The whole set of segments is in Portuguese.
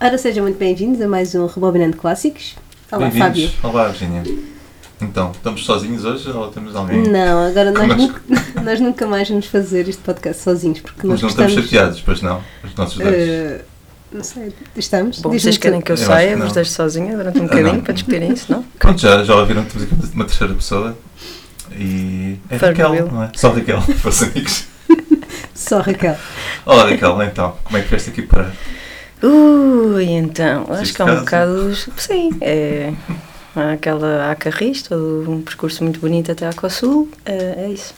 Ora, sejam muito bem-vindos a mais um Rebobinando Clássicos. Olá, Fábio. Bem-vindos. Olá, Virginia. Então, estamos sozinhos hoje ou temos alguém? Hum, Não, agora nós, Connosco. nunca, nós nunca mais vamos fazer este podcast sozinhos, porque nós Mas não gostamos... estamos chateados, pois não? é? Os nossos dois. eh, não sei, estamos? Bom, Diz-me vocês tu. querem que eu Eu acho saia, que não. vos deixo sozinha durante um Ah, bocadinho não. para despedirem-se, não? Pronto, já, já ouviram que temos aqui uma terceira pessoa. E. É Fernando Raquel, Will. não é? Só Raquel, para os amigos. Só Raquel. Olá, Raquel, então, como é que vieste aqui para. Ui, então, acho Existe que é um caso? bocado. Sim, é. Há aquela há carris, todo um percurso muito bonito até à Cosul. É, é isso.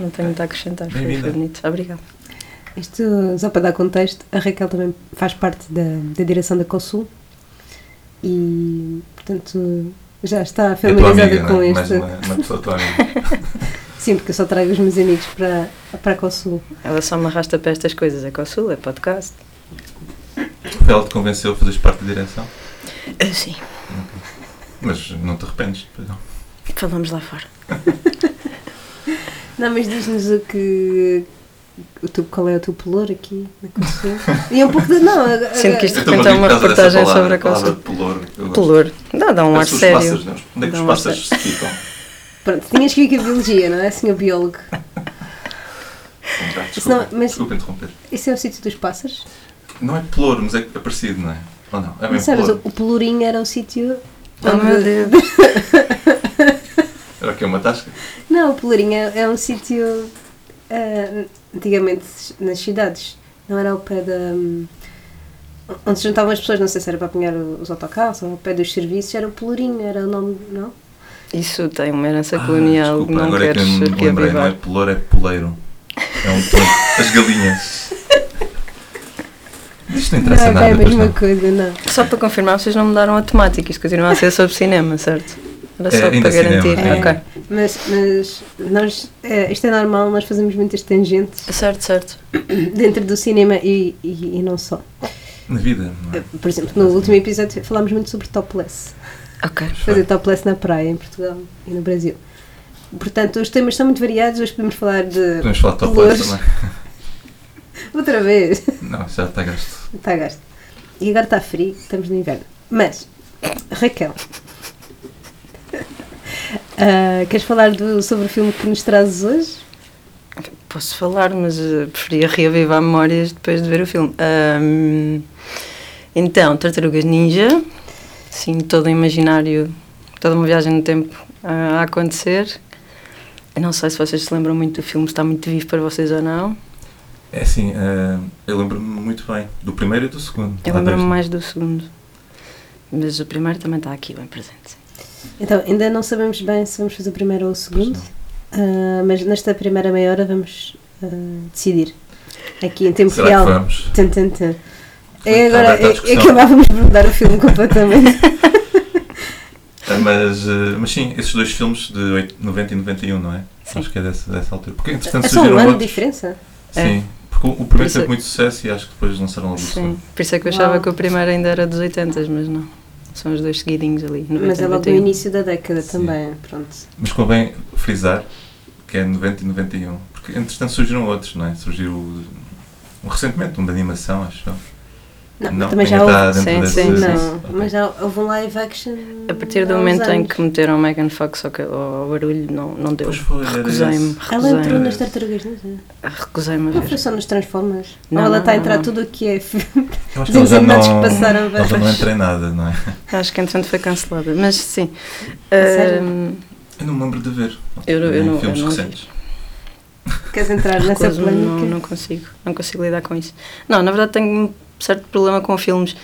Não tenho muito a acrescentar, foi, Bem-vinda. foi bonito. Obrigada. Isto, só para dar contexto, a Raquel também faz parte da, da direção da COSUL e, portanto, já está É tua familiarizada amiga, com não é? Mais este. uma, uma pessoa tua amiga. Sim, porque eu só trago os meus amigos para, para a COSUL. Ela só me arrasta para estas coisas, é Cosul, é podcast. Ela te convenceu a fazeres parte da direção, Ah, Sim, mas não te arrependes, pois não. falamos lá fora. Não, mas diz-nos o que. O teu, qual é o teu pelour aqui na COSUL? E é um pouco de. Não, a- a- Sinto que isto- Eu De estou repente há muito por uma causa dessa reportagem palavra, sobre a palavra Consul. Pelour. eu gosto. Pelor. Dá, dá um ar Parece os sério. pássaros, não é? Onde é que Dá os um ar pássaros se ficam? Pronto, tinhas que ir com a biologia, não é, senhor biólogo? Ah, Senão- Desculpa, mas- desculpa interromper. Isso é o sítio dos pássaros? Não é pelouro, mas é é parecido, não é? Ou não? É Não mesmo sei, mas o, pelouro. o pelourinho era um sítio. Oh meu Deus. Era o quê? Uma tasca? Não, o Pelourinho é, é um sítio. ah, antigamente nas cidades, não era ao pé da. hum, Onde se juntavam as pessoas, não sei se era para apanhar o- os autocarros ou ao pé dos serviços, era o Pelourinho, era o nome, não? Isso tem uma herança Ah, colonial que desculpa, não agora é que queres eu me lembrei, não é reavivar. pelouro, é poleiro. É um pelo- As galinhas. Isto não interessa não, nada, é a pois mesma não. coisa, não. Só para confirmar, vocês não mudaram a temática, isto continua a ser sobre cinema, certo? Era só É, ainda para cinema, garantir. é. Ok. Mas, mas nós, eh, isto é normal, nós fazemos muitas tangentes Certo, certo. dentro do cinema e, e, e não só. Na vida, não é? Por exemplo, no último episódio falámos muito sobre topless. Ok. fazer topless na praia em Portugal e no Brasil. Portanto, os temas são muito variados, hoje podemos falar de. Podemos falar de pelouros. topless também. Outra vez! Não, já está gasto. Está a gasto. E agora está frio, estamos no inverno. Mas, Raquel, ah, queres falar do- sobre o filme que nos trazes hoje? Posso falar, mas eh, preferia reavivar memórias depois de ver o filme. Ahm, então, Tartarugas Ninja. Sim, todo o imaginário, toda uma viagem no tempo ah, a acontecer. Eu não sei se vocês se lembram muito do filme, se está muito vivo para vocês ou não. É assim, eh, eu lembro-me muito bem do primeiro e do segundo. Eu Lá lembro-me dois, mais do segundo. Mas o primeiro também está aqui, bem presente. Então, ainda não sabemos bem se vamos fazer o primeiro ou o pois segundo, não. ah, mas nesta primeira meia hora vamos ah, decidir. Aqui em tempo Será real. que então, vamos? Tum, tum, tum. Está É agora, aberta a é- discussão. acabávamos de mudar o filme completamente. Ah, Mas, eh, mas sim, esses dois filmes de oit- 90 e 91, não é? Sim. Acho que é dessa, dessa altura. Porque entretanto É só um surgiram ano de outros. diferença? É. Sim, porque o- o Por primeiro isso teve é- muito sucesso e acho que depois lançaram logo o Sim, segundo. por isso é que eu achava Uau. que o primeiro ainda era dos 80, mas não. São os dois seguidinhos ali. 90, Mas é logo no 91. início da década Sim. também, pronto. Mas convém frisar que é 90 e 91, porque entretanto surgiram outros, não é? Surgiu um, recentemente, um de animação, acho eu. Não, também ainda já houve. está dentro Sim, desse- sim, desse- Não, ok. mas já houve um live action. A partir do há uns momento em anos. que meteram Megan Fox ao, ca- ao barulho, não, não deu. Pois foi, era Recusei-me, esse. Ela entrou recusei-me. nas tartarugas, ninja. Ah, Recusei-me a Não foi ver. só nos Transformers. Não, Ou ela não, está a não, entrar não. tudo o que é Eu acho que ela desenhos já não, animados que passaram ela já não para. entra em nada, não é? Acho que entretanto foi cancelada, mas sim. sério? Ahm, Eu não me lembro de ver Eu não- eu em não- filmes eu não vi. recentes. Queres entrar nessa Recuso-me, não, polémica? não consigo, não consigo lidar com isso. Não, na verdade tenho um certo problema com filmes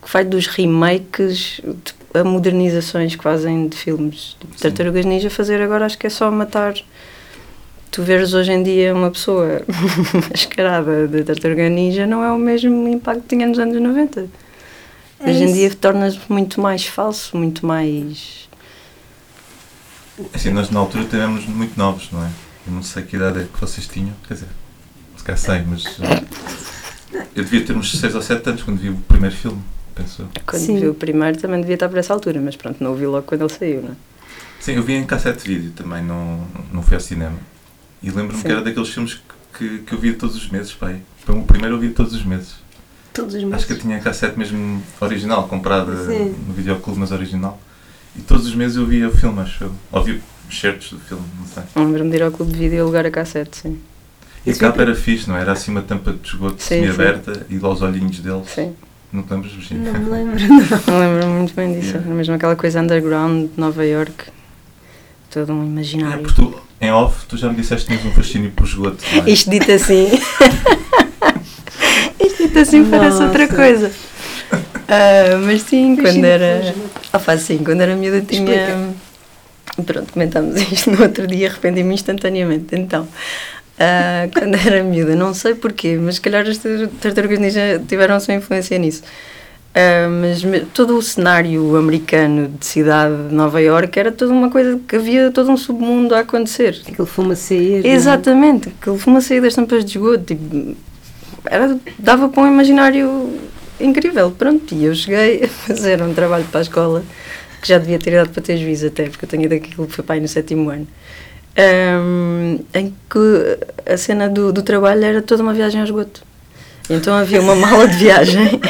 que vai dos remakes de- a modernizações que fazem de filmes. Tipo, Sim. Tartarugas Ninja fazer agora acho que é só matar. Tu veres hoje em dia uma pessoa mascarada de Tartaruga Ninja não é o mesmo impacto que tinha nos anos 90. É hoje em isso. dia tornas muito mais falso, muito mais. Assim, nós na altura tivemos muito novos, não é? Eu não sei que idade é que vocês tinham, quer dizer, se calhar sei, mas. eh, Eu devia ter uns 6 ou 7 anos quando vi o primeiro filme, penso eu. Quando Sim. vi o primeiro também devia estar por essa altura, mas pronto, não o vi logo quando ele saiu, não é? Sim, eu vi em cassete de vídeo também, não, não fui ao cinema. E lembro-me Sim. que era daqueles filmes que, que, que eu via todos os meses, pai. Foi o primeiro eu via todos os meses. Todos os meses. é? Acho que eu tinha a cassete mesmo original, comprada Sim. no videoclube, mas original. E todos os meses eu via o filme, acho eu. Ou via certos do filme, não sei. Lembro-me de ir ao clube de vídeo e alugar a cassete, sim. E a Isso é capa era fixe, não é? Era assim uma tampa de esgoto Sim, sim. semi-aberta e lá os olhinhos deles. Sim. Não te lembras, Virginia? Não me lembro, não. Eu Lembro-me muito bem disso. Yeah. Era mesmo aquela coisa underground de Nova York. Todo um É, imaginário. porque tu, em off, tu já me disseste que tinhas um fascínio por esgoto. não é? Isto dito assim. Isto dito assim parece Nossa. outra coisa. Ah, mas sim, quando era. Imagina, Ah, pá, sim, quando era miúda tinha. Pronto, comentámos isto no outro dia, arrependi-me instantaneamente. Então, ah, quando era miúda, não sei porquê, mas se calhar as tar- tartarugas ninja tiveram a sua influência nisso. Ah, mas me- todo o cenário americano de cidade de Nova Iorque era toda uma coisa que havia todo um submundo a acontecer. Aquele fumo a sair. não é? Exatamente, aquilo foi uma saída das tampas de esgoto, tipo, era, dava para um imaginário incrível, pronto, e eu cheguei a fazer um trabalho para a escola, que já devia ter idade para ter juízo até, porque eu tenho daquilo que foi pai no sétimo ano, ahm, em que a cena do, do trabalho era toda uma viagem ao esgoto, então havia uma mala de viagem...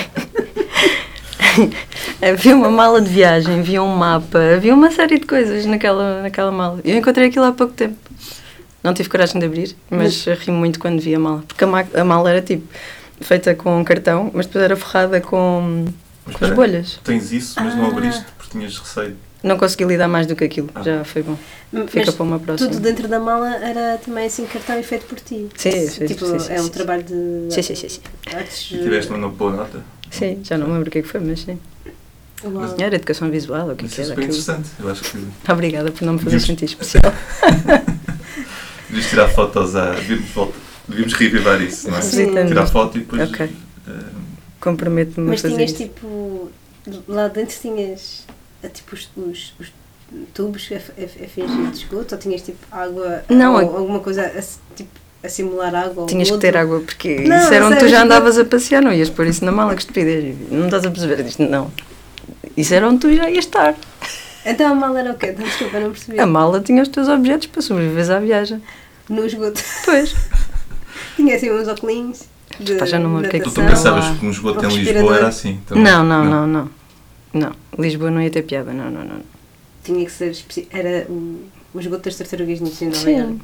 Havia uma mala de viagem, havia um mapa, havia uma série de coisas naquela, naquela mala. Eu encontrei aquilo há pouco tempo. Não tive coragem de abrir, mas ri muito quando vi a mala. Porque a, ma- a mala era tipo feita com cartão, mas depois era forrada com, Mas com as espera, bolhas. Tens isso, mas não Ah. abriste porque tinhas receio. Não consegui lidar mais do que aquilo, Ah. já foi bom. Mas Fica para uma próxima. tudo dentro da mala era também assim cartão e feito por ti. Sim, sim, Tipo, sim, sim, é um sim. trabalho de Sim, sim, sim, sim. artes. E tiveste uma boa nota. Sim, já não me lembro o que é que foi, mas sim. Uau. Era educação visual, ou o que é Isso que é era super aquilo. interessante. Eu acho que Obrigada por não me fazer Devíamos- sentir especial. devíamos tirar fotos a. Devíamos, voltar, devíamos reavivar isso, não é? Sim. Tirar Absolutamente. foto e depois. Ok. eh, Comprometo-me a Mas fazer tinhas isso. tipo. Lá dentro tinhas eh, tipo os, os- os tubos a, a, a fingir de esgoto ou tinhas tipo água Não, ou alguma coisa a, s- tipo, a simular água? ou Tinhas que lodo? ter água, porque Não, isso era onde tu sério, já tipo- andavas a passear, não ias pôr isso na mala, que estupidez. Não estás a perceber disto, não. Isso era onde tu já ias estar. Então a mala era o quê? Então, Desculpa, não percebi. A mala tinha os teus objetos para sobreviveres à viagem. No esgoto. Pois. Tinha assim uns óculos. De, Pá, já não me lembro o que é que Tu, tu Não, pensavas lá. que um esgoto Um em Lisboa respirador. era assim? também? Não, não, não, não. Não, Lisboa não ia ter piada, não, não, não. Tinha que ser. especi- Era o, o esgoto das tartarugas ninjas em Nova Sim. Iorque.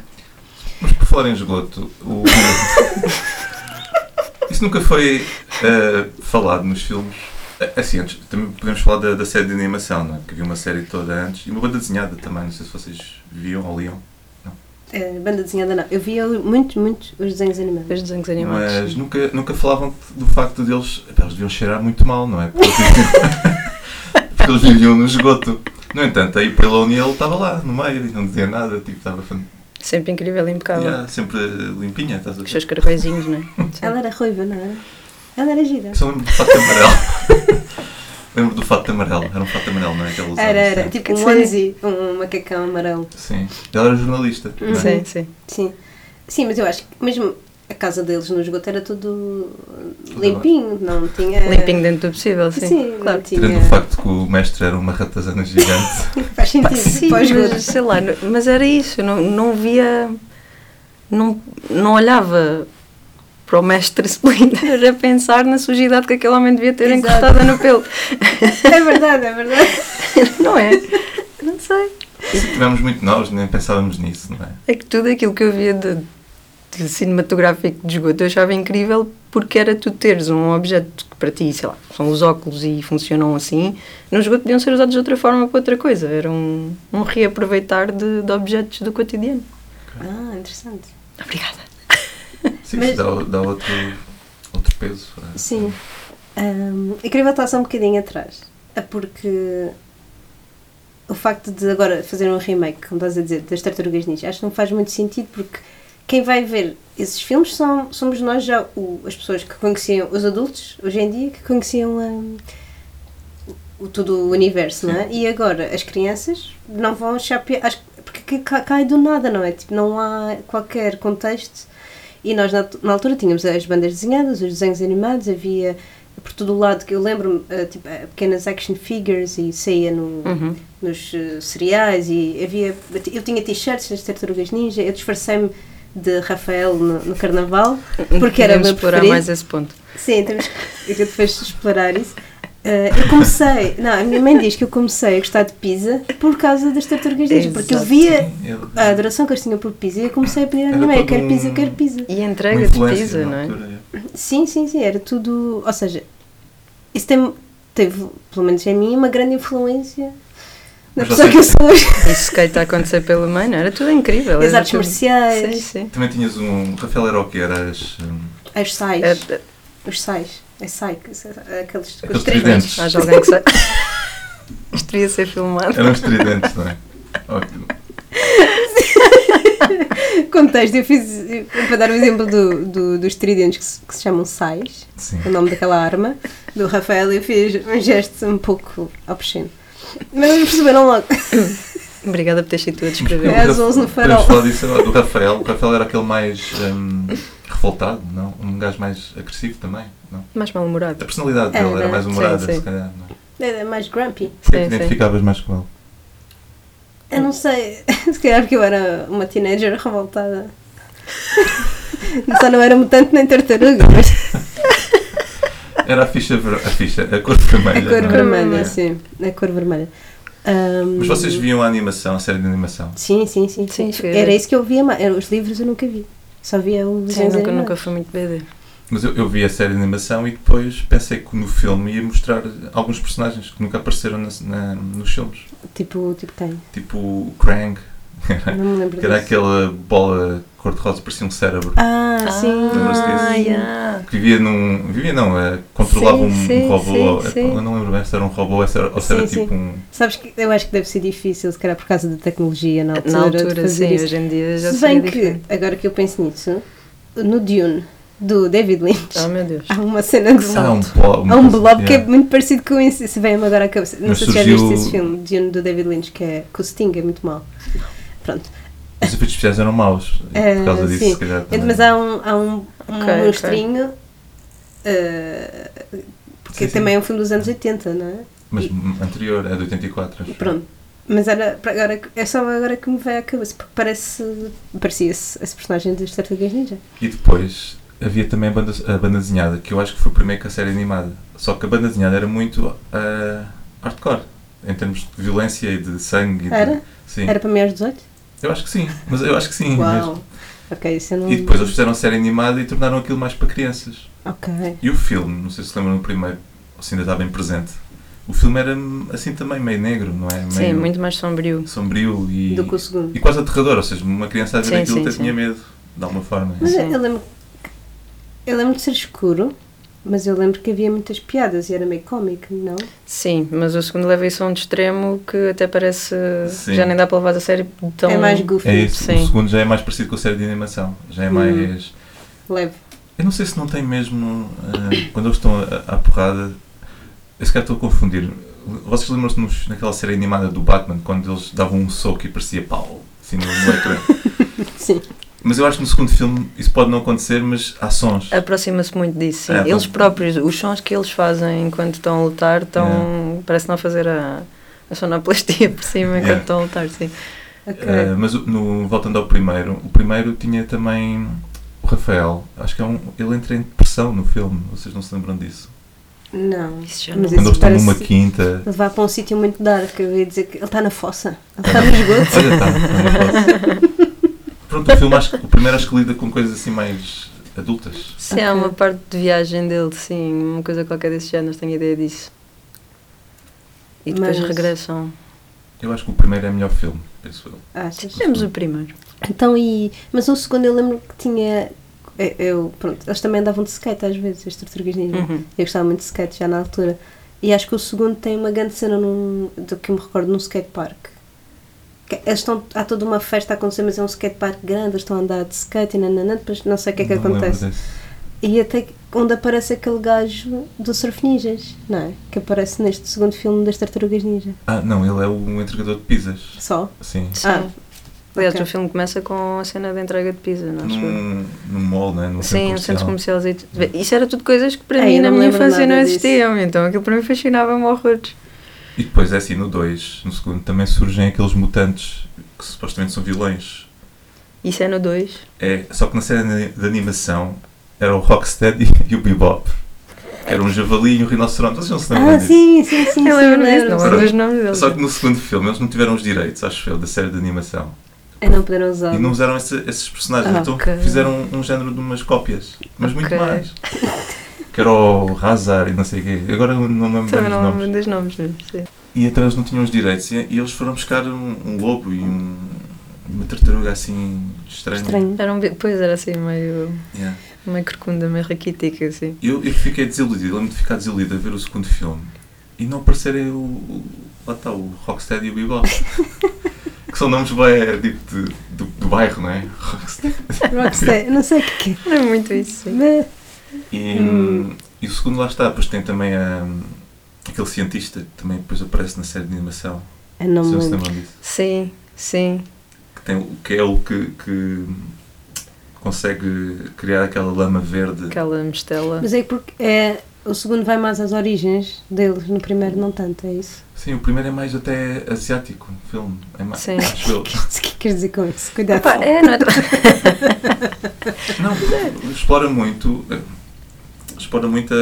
Mas por falar em esgoto, o... isso nunca foi eh, falado nos filmes. Eh, Assim, antes, também podemos falar da, da série de animação, não é? Porque havia uma série toda antes e uma banda desenhada também, não sei se vocês viam ou liam, Eh, banda desenhada não. Eu via muito, muito os desenhos animados. Os desenhos mas animados. nunca, nunca falavam do facto deles. epá, Eles deviam cheirar muito mal, não é? Porque eles viviam- porque eles viviam no esgoto. No entanto, a April O'Neil estava lá, no meio, e não dizia nada, tipo, estava fan- Sempre incrível e impecável. yeah, sempre limpinha, estás a Com os ver? seus carveizinhos, não é? Sim. Ela era ruiva, não era? Ela era gira. Eu Só lembro do é um fato amarelo. lembro do fato amarelo. Era um fato amarelo, não é? Que ela usava. Era, era. Sim. Tipo um Sim. onesie, um macacão amarelo. Sim. Ela era jornalista. não é? Sim, sim. Sim. Sim, mas eu acho que mesmo a casa deles no esgoto era tudo Tudo limpinho, não tinha... Limpinho dentro do possível, sim. Sim, tipo, claro. não Tirando tinha... o facto que o mestre era uma ratazana gigante. Faz sentido, Pá, sim, Tipo, para o esgoto. mas sei lá, mas era isso, eu não, não via, não, não olhava para o mestre Splinter a pensar na sujidade que aquele homem devia ter Exato. encostada no pelo. É verdade, é verdade. Não é? Não sei. Tivemos muito nós, nem pensávamos nisso, não é? É que tudo aquilo que eu via de, de cinematográfico de esgoto eu achava incrível porque era tu teres um objeto que para ti, sei lá, são os óculos e funcionam assim, no esgoto podiam ser usados de outra forma para outra coisa. Era um, um reaproveitar de, de objetos do cotidiano. Ah, interessante. Obrigada. Sim, Mas- isso dá, dá outro, outro peso. não é? Sim. Ahm, eu queria voltar só um bocadinho atrás. é Porque o facto de agora fazer um remake, como estás a dizer, das Tartarugas Ninja, acho que não faz muito sentido porque quem vai ver esses filmes são, somos nós já o- as pessoas que conheciam, os adultos hoje em dia, que conheciam ahm, o, todo o universo, não é? E agora as crianças não vão achar pi- acho que- porque aquilo ca- cai do nada, não é? Tipo, não há qualquer contexto. E nós na, na altura tínhamos as bandas desenhadas, os desenhos animados, havia por todo o lado que eu lembro-me, eh, tipo, eh, pequenas action figures e saía no, Uhum. nos eh, cereais e havia. Eu tinha t-shirts das tartarugas ninja, eu disfarcei-me de Rafael no, no carnaval, porque era o Podemos meu explorar preferido. mais esse ponto. Sim, temos que depois explorar isso. Ah, eu comecei, não, a minha mãe diz que eu comecei a gostar de pizza por causa das tartarugas ninja, porque eu Exato. via Eu- a adoração que eles tinham por pizza e eu comecei a pedir à Era minha mãe, eu todo quero um- pizza, eu quero pizza. E uma entrega de influência pizza, na não é? altura, é. Sim, sim, sim, era tudo, ou seja, isso tem, teve, pelo menos em mim, uma grande influência na Mas pessoa que eu vocês- sou hoje. é? Isso que está a acontecer pela mãe, não? é? Era tudo incrível. As era artes tudo- marciais. Sim, sim. Também tinhas um. Rafael era o quê? Eras. hum, As sais, Era- os sais, é sai, que- aqueles, com Aqueles os três tridentes. dentes. Haja alguém que sabe. Isto devia ser filmado. Eram os tridentes, não é? Ótimo. Contexto, eu fiz, eu- para dar o exemplo do, do- dos tridentes que se, que se chamam sais, Sim. o nome daquela arma, do Rafael, eu fiz um gesto um pouco obsceno. Mas eles perceberam logo. Obrigada por ter sido tu a Eu- descrever. É. às onze no Podemos farol. falar disso agora, do Rafael. O Rafael era aquele mais hum, revoltado, não? Um gajo mais agressivo também, não? Mais A mal-humorado. personalidade dele era Era, mais sim, humorada, sim. se calhar, não é? Era mais grumpy. Sim, Sim, te é identificavas mais com ele. Eu não sei, se calhar porque eu era uma teenager revoltada. Só não era mutante nem tartaruga, mas Era a ficha, ver- a ficha, a cor vermelha. a cor não é? vermelha, É. sim. A cor vermelha. Ahm, Mas vocês viam a animação, a série de animação? Sim, sim, sim. Sim, cheguei a era ver. isso que eu via mais. Era- Os livros eu nunca vi. Só via os Sim, desenhos nunca, animados. nunca fui muito BD. Mas eu, eu vi a série de animação e depois pensei que no filme ia mostrar alguns personagens que nunca apareceram na- na- nos filmes. Tipo, tipo quem? Tipo o Krang, Não me lembro que era disso. aquela bola cor-de-rosa, parecia um cérebro. Ah, sim. Lembras-te disso? Ah, yeah. Que vivia num. Vivia não, eh, controlava Sim, um, um sim, robô. sim, eh, sim. Eu não lembro bem se era um robô ou se era, ou se era Sim, sim. tipo um. Sabes que eu acho que deve ser difícil, se calhar por causa da tecnologia na altura, Na de altura, fazer sim, isso. hoje em dia já Se seria bem que, diferente. agora que eu penso nisso, no Dune, do David Lynch, Oh, meu Deus. há uma cena de Ah, um, um blob. há um blob que é yeah. muito parecido com isso. Se vem-me agora à cabeça. Não Mas sei se já surgiu- viste esse filme, Dune, do David Lynch, que é com o Sting, é muito mau. Pronto. Os efeitos especiais eram maus. Eh, por causa disso, sim. se calhar. É, também. Mas há um, há um, um Ok, monstrinho. eh, porque Sim, sim. também é um filme dos anos 80, não é? Mas e- m- anterior, é de 84. acho. Pronto. Mas era para agora, que- é só agora que me vai à cabeça, porque parece, parecia esse, esse personagem dos Tartarugas Ninja. E depois havia também a banda, a banda desenhada, que eu acho que foi primeiro que a série animada. Só que a banda desenhada era muito ah, hardcore, em termos de violência e de sangue. e de- Ah, Era? Sim. Era para mim aos 18? Eu acho que sim, mas eu acho que sim mesmo. Uau! Ok, isso eu não. E depois eles fizeram a série animada e tornaram aquilo mais para crianças. Ok. E o filme, não sei se lembram do primeiro, ou se ainda está bem presente. O filme era assim também, meio negro, não é? Meio Sim, muito mais sombrio. sombrio e, Do que o segundo. e quase aterrador. Ou seja, uma criança a ver Sim, aquilo sim, até sim. tinha medo, de alguma forma. Mas eu, Sim. eu lembro. Eu lembro de ser escuro, mas eu lembro que havia muitas piadas e era meio cómico, não? Sim, mas o segundo leva isso a um extremo que até parece. Sim. Já nem dá para levar a sério tão. é mais goofy, É isso, Sim. o segundo já é mais parecido com a série de animação. Já é Hum. mais. leve. Eu não sei se não tem mesmo. ah, quando eles estão à, à porrada. Eu se calhar estou a confundir. Vocês lembram-se nos- naquela série animada do Batman, quando eles davam um soco e parecia pau, assim no, no ecrã? Sim. Mas eu acho que no segundo filme isso pode não acontecer, mas há sons. Aproxima-se muito disso, sim. É, eles bom. próprios, os sons que eles fazem enquanto estão a lutar, estão, É. parece não fazer a, a sonoplastia por cima Yeah. enquanto estão a lutar, sim. Ok. Ah, mas o- no, voltando ao primeiro, o primeiro tinha também o Rafael. Acho que é um, ele entra em depressão no filme, vocês não se lembram disso? não. Isso já Mas não. Quando isso eles estão parece numa quinta. levar para um sítio muito dark, eu ia dizer que ele está na fossa, ele está no esgoto. Olha, tá, tá uma foto. Pronto, o filme acho que o primeiro acho que lida com coisas assim mais adultas. Sim, há Ok. uma parte de viagem dele, sim, uma coisa qualquer desse género, tenho ideia disso. E depois Mas- regressam. Eu acho que o primeiro é o melhor filme, penso eu. Achas? Temos o primeiro. Então, e. Mas o segundo eu lembro que tinha. eu- Eu, pronto, eles também andavam de skate às vezes, as tartarugas ninja. Uhum. Eu gostava muito de skate já na altura. E acho que o segundo tem uma grande cena num, do que eu me recordo num skatepark. Que Eles estão, há toda uma festa a acontecer, mas é um skatepark grande, eles estão a andar de skate e nananã, depois não sei o que é que Não lembro acontece. desse. E até que- onde aparece aquele gajo do Surf Ninjas, não é? Que aparece neste segundo filme das Tartarugas Ninja. Ah, não, ele é o entregador de pizzas. Só? Sim. Sim. Ah, Aliás, ok. o filme começa com a cena de entrega de pizza, não acho eu? é. Num, num mall, né? Num Sim, um Hum, centro centro comercial. comercial. Isso era tudo coisas que para Ei, mim eu na não me minha lembro infância não nada disso. existiam, então aquilo para mim fascinava-me horrores. E depois é assim, no 2, no segundo, também surgem aqueles mutantes que supostamente são vilões. Isso é no 2. É, só que na série de animação era o Rocksteady e o Bebop. Era um javali e um rinoceronte. Vocês não se lembram Ah, disso? sim, sim, sim. sim, Eu lembro disso, não lembro-me. lembro os nomes deles. É Só que no segundo filme eles não tiveram os direitos, acho eu, da série de animação. É não poder usar. E não usaram esse- esses personagens. Ah, então ok. fizeram um, um género de umas cópias. Mas muito Ok. mais. Que era o Hazar e não sei o quê. Agora eu não lembro bem Também os não nomes. lembro dos nomes, mas sim. E então eles não tinham os direitos. E, e eles foram buscar um, um lobo e um, uma tartaruga assim estranha. Estranho. Era um bi- pois era assim, meio, Yeah. meio crocunda, meio raquítica, assim. Eu, eu fiquei desiludido. Lembro-me de ficar desiludido a ver o segundo filme e não aparecerem o, o, lá está, o Rocksteady e o Bebop. que são nomes bem tipo, de- do, do bairro, não é? Rocksteady. Rockstar, não sei o que que Era muito isso, é. sim. Mas- E, Hum. e o segundo lá está, depois tem também a, aquele cientista que também depois aparece na série de animação. Eu não me Vocês se lembro. lembram disso? Sim, sim. Que, tem, o- que é o que, que consegue criar aquela lama verde. Aquela mistela. Mas é porque é, o segundo vai mais às origens deles, no primeiro não tanto, é isso? Sim, o primeiro é mais até asiático, o filme. É mais, Sim. acho eu. O que é que queres dizer com isso? Cuidado. Opa, é, não é? Não, porque explora muito. eh, Explora muito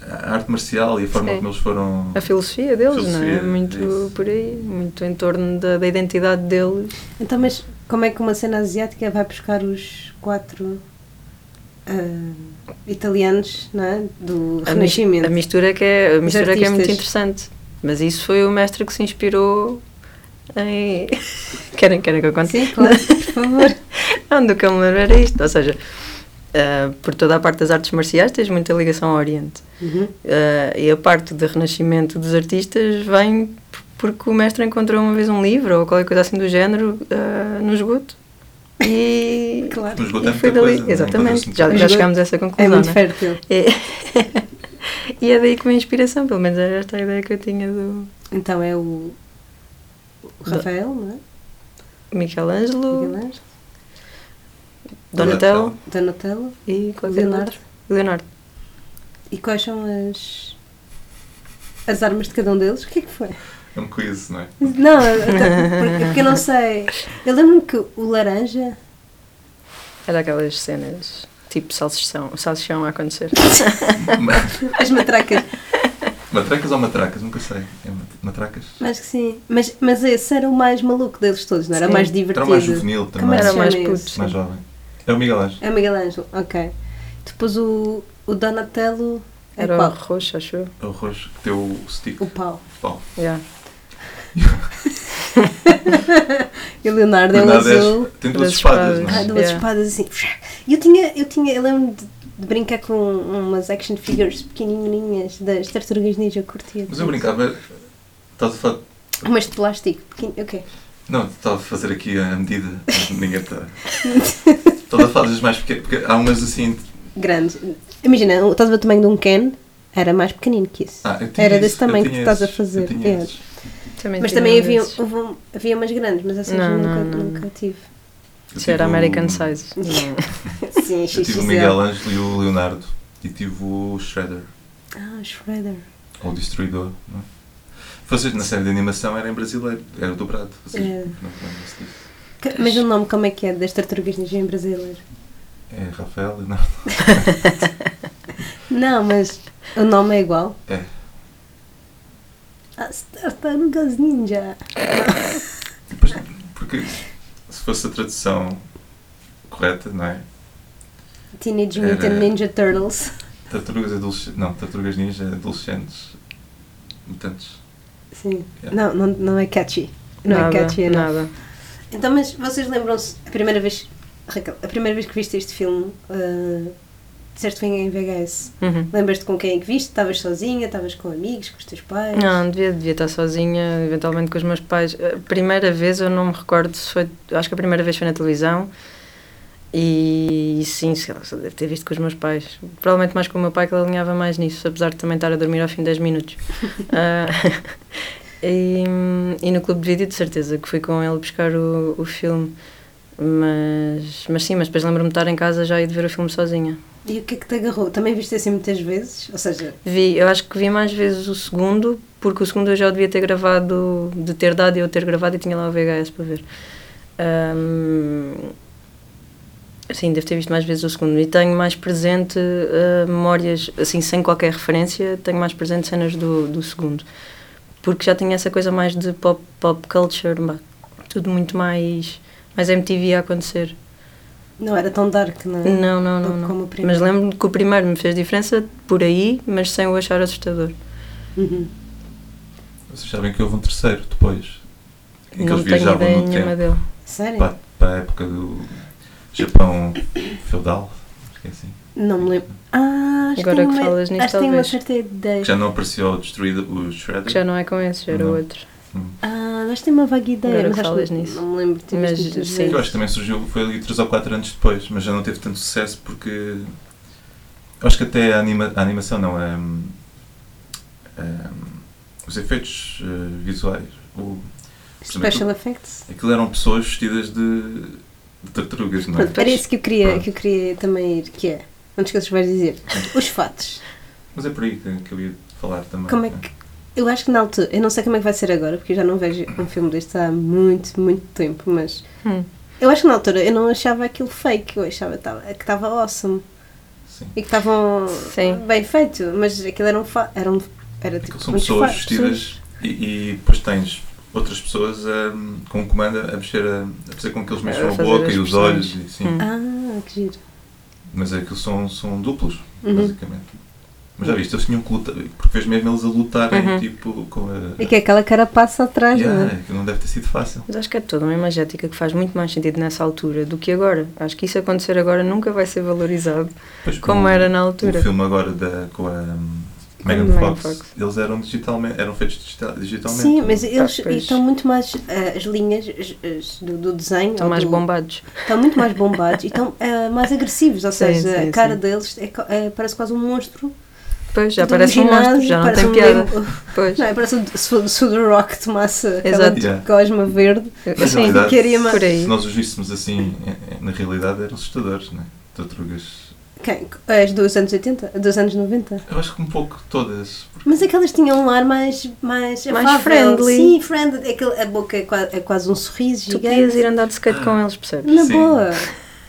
a, a arte marcial e a forma Sim. como eles foram. A filosofia deles, não é? Filosofia, Muito isso. por aí, muito em torno da, da identidade deles. Então, mas como é que uma cena asiática vai buscar os quatro ah, italianos não é? do A, mis- Renascimento? a mistura, que é, a mistura que é muito artistas. interessante. Mas isso foi o mestre que se inspirou em. querem, querem que eu conte? Sim, claro, por favor. Não, Ah, do que eu me lembro era isto. Ou seja, ah, por toda a parte das artes marciais tens muita ligação ao Oriente. Uhum. Ah, e a parte do renascimento dos artistas vem p- porque o mestre encontrou uma vez um livro ou qualquer coisa assim do género ah, no esgoto. E, Claro. Mas esgoto é e foi muita dali. coisa. não é? Exatamente, Encontra-se já, muita já Esgoto chegámos a essa É conclusão. muito não é? fértil. É. e é daí que vem a inspiração, pelo menos era esta é a ideia que eu tinha do Então é o, o Da- Rafael, não é? Michelangelo, Miguel Ângelo, Donatello Donatello, e qualquer Leonardo. outro. Leonardo. E quais são as, as armas de cada um deles? O que é que foi? É um quiz, não é? Não, eu- eu- porque, porque eu não sei. Eu lembro-me que o laranja. Era aquelas cenas tipo salsichão, salsichão a acontecer. Ma- As matracas. matracas ou matracas? Nunca sei. É mat- matracas? Acho que sim. Mas, mas esse era o mais maluco deles todos, não era? Sim. O mais Era divertido. mais juvenil também. Como é que Era se mais, mais chama puto. esse? chama? jovem. É o Miguel Ângelo. É o Miguel Ângelo, ok. Depois o, o Donatello. É Era o qual? roxo, acho eu. É o roxo que tem o stick. O pau. Bom, Yeah. E o Leonardo é o Bernardo é- azul. tem duas Das espadas, Ah, não é? duas Yeah. espadas assim. E Eu tinha, eu tinha, eu lembro de, de brincar com umas action figures pequenininhas das tartarugas ninja, eu curtia. Mas eu brincava. Estás a falar. Umas de plástico, pequeno, ok. Não, estava a fazer aqui a medida. mas Ninguém está. Estás a falar das mais pequenas. Porque há umas assim. Grande. Imagina, o- estás a ver o tamanho de um Ken, era mais pequenino que isso. Ah, eu tinha Era desse esse, eu tamanho tinha que estás a esses, eu fazer, tinha é. esses. Também mas tinha também um havia, desses. houve- havia umas grandes, mas essas Não, nunca, não, não, nunca não. tive. Eu Isso tive o- era American Size. Não. Sim, Eu tive o XXL. Miguel Ângelo e o Leonardo. E tive o Shredder, Ah, Shredder. ou o Destruidor. Não é? Vocês na série de animação era em brasileiro, era dobrado. Vocês É. não lembram-se disso. Que- Mas o nome como é que é das tartarugas ninja em brasileiro? É Rafael, Leonardo. Não, mas o nome é igual. É. As tartarugas ninja. Depois, porque se fosse a tradução correta, não é? Teenage Era- Mutant Ninja Turtles. Tartarugas adolescentes. Não, tartarugas ninja adolescentes. Mutantes. Sim. Yeah. Não, não, não é catchy. Não é Nada, catchy, é nada. nada. Então, mas vocês lembram-se, a primeira vez, Raquel, a primeira vez que viste este filme, ah, disseste que foi em VHS. Uhum. Lembras-te com quem é que viste? Estavas sozinha? Estavas com amigos? Com os teus pais? Não, devia, devia estar sozinha, eventualmente com os meus pais. A primeira vez eu não me recordo se foi. Acho que a primeira vez foi na televisão. E, sim, sei lá, só deve ter visto com os meus pais. Provavelmente mais com o meu pai que ele alinhava mais nisso, apesar de também estar a dormir ao fim de 10 minutos. Ah, e, e no clube de vídeo, de certeza, que fui com ele buscar o, o filme. Mas, mas sim, mas depois lembro-me de estar em casa já e de ver o filme sozinha. E o que é que te agarrou? Também viste assim muitas vezes? Ou seja, Vi, eu acho que vi mais vezes o segundo, porque o segundo eu já o devia ter gravado, de ter dado e eu ter gravado e tinha lá o VHS para ver. Ahm, Sim, devo ter visto mais vezes o segundo. E tenho mais presente uh, memórias, assim, sem qualquer referência, tenho mais presente cenas do, do segundo. Porque já tinha essa coisa mais de pop, pop culture, bah, tudo muito mais, mais MTV a acontecer. Não era tão dark, não é? Não, não, não. não. Como o Mas primeiro. lembro-me que o primeiro me fez diferença por aí, mas sem o achar assustador. Uhum. Vocês sabem que houve um terceiro depois. Em que não eles tenho viajavam ideia no nenhuma tempo dele. Sério? para, para a época do Japão feudal. acho que é assim. Não me lembro. Ah, acho Agora tenho que uma- falas nisto, Acho que tenho uma talvez. certa ideia. Que já não apareceu destruído o Shredder. Que já não é com esse, já era Não. outro. Ah, acho que tenho uma vaga ideia. Agora mas que acho falas que nisso. Não me lembro de ter Mas, visto muitas sim. Que vezes. eu acho que também surgiu, foi ali 3 ou 4 anos depois, mas já não teve tanto sucesso porque. eu Acho que até a, anima- a animação, não, é hum, os efeitos eh, visuais. O, Special effects. aquilo eram pessoas vestidas de, de tartarugas, não é? Pronto, era isso que eu queria, Pronto. que eu queria também ir, que é. Não te esqueças, vais dizer. Os fatos. Mas é por aí que, que eu ia falar também. Como é que. Eu acho que na altura, eu não sei como é que vai ser agora, porque eu já não vejo um filme deste há muito, muito tempo, mas Hum. eu acho que na altura eu não achava aquilo fake, eu achava tava- que estava awesome Sim. e que estavam Sim. bem feito, mas aquilo era um fa era, um, era tipo Aquilo são muitos pessoas fatos, vestidas e, e depois tens outras pessoas hum, com um comando a mexer, a, a fazer com que eles A mexam a, fazer boca as e os olhos. E, sim. Hum. Ah, que giro. Mas aquilo são, são duplos, Uhum. basicamente. Mas já viste, eles tinham que lutar, porque fez mesmo eles a lutarem, Uhum. tipo, com a... E que é aquela cara passa atrás, não Yeah, é? aquilo não deve ter sido fácil. Mas acho que é toda uma imagética que faz muito mais sentido nessa altura do que agora. Acho que isso acontecer agora nunca vai ser valorizado Pois, como o- era na O altura. filme agora da, com a hum, Megan Megan Fox, Fox. eles eram digitalmente, eram feitos digital- digitalmente. Sim, mas eles pois. estão muito mais. ah, as linhas as- as do, do desenho. Estão ou mais do- bombados. estão muito mais bombados e estão ah, mais agressivos, ou Sim, seja, sim, a cara sim. deles é co- é- parece quase um monstro. Pois, já de parece um monstro, ginásio, já não parece tem um piada. limbo. Pois. Não, é, parece o- se, se o The Rock tomasse aquela Exato. Yeah. gosma verde. Mas, na Sim, verdade, queria uma- assim, por aí. Se nós os víssemos assim, eh, eh, na realidade eram assustadores, não é? Tartarugas. Quem? As dos anos 80? Dos anos 90? Eu acho que um pouco todas. porque- Mas aquelas tinham um ar mais. Mais, Mais afável. friendly. Sim, friendly. Aquele, a boca é qua- é quase, um sorriso Tu gigante. podias ir andar de skate com eles, percebes? Na Sim. boa.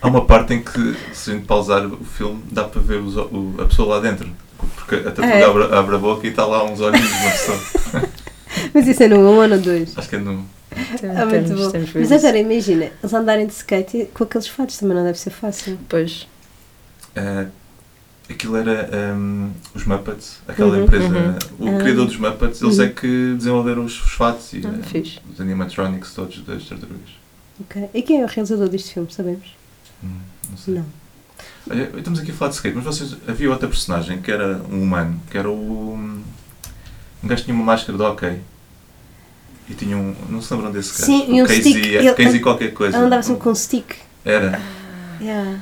Há uma parte em que, se a gente pausar o filme, dá para ver os o- o- a pessoa lá dentro. Porque a tartaruga É. abre, abre a boca e está lá uns olhos de uma pessoa. Mas isso é no um ano ou dois. Acho que é no. Ah, muito bom. Mas agora imagina, eles andarem de skate com aqueles fatos também não deve ser fácil. Depois, eh, aquilo era ehm, os Muppets, aquela Uhum, empresa. uhum. O Ah. criador dos Muppets, eles Uhum. Ah, é que desenvolveram os os fatos e eh, fixe. os animatronics todos das tartarugas. ok? E quem é o realizador deste filme, sabemos? Hum, não sei. Não. Olha, Eh, Estamos aqui a falar de skate, mas vocês. Havia outra personagem que era um humano, que era o. Um gajo que tinha uma máscara de ok. E tinha um. Não se lembram desse gajo? Sim, O e um Casey, stick. é, Ele- Casey qualquer coisa. Ela andava sempre com Ah. um stick. Era. Yeah.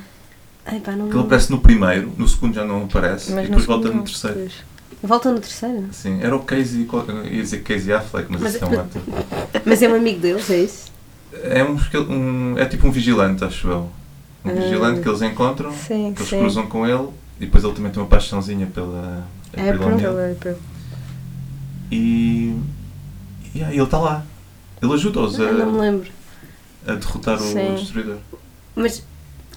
Ai pá, não Ele aparece no primeiro, no segundo já não aparece, Mas e não depois volta não, no terceiro. pois. Volta no terceiro. Sim, era o Casey. qual- eu Ia dizer Casey Affleck, mas, Mas- esse é um ator. Mas é um amigo deles, é isso? É, um, esquel- um- é tipo um vigilante, acho eu. Um Ah. vigilante que eles encontram, Sim, que eles sim. cruzam com ele, e depois ele também tem uma paixãozinha pela. É, April por- O'Neil. Pelo- pelo- E, e aí ele está lá. Ele ajuda-os Ah, não me a, lembro. a derrotar Sim. o destruidor. Mas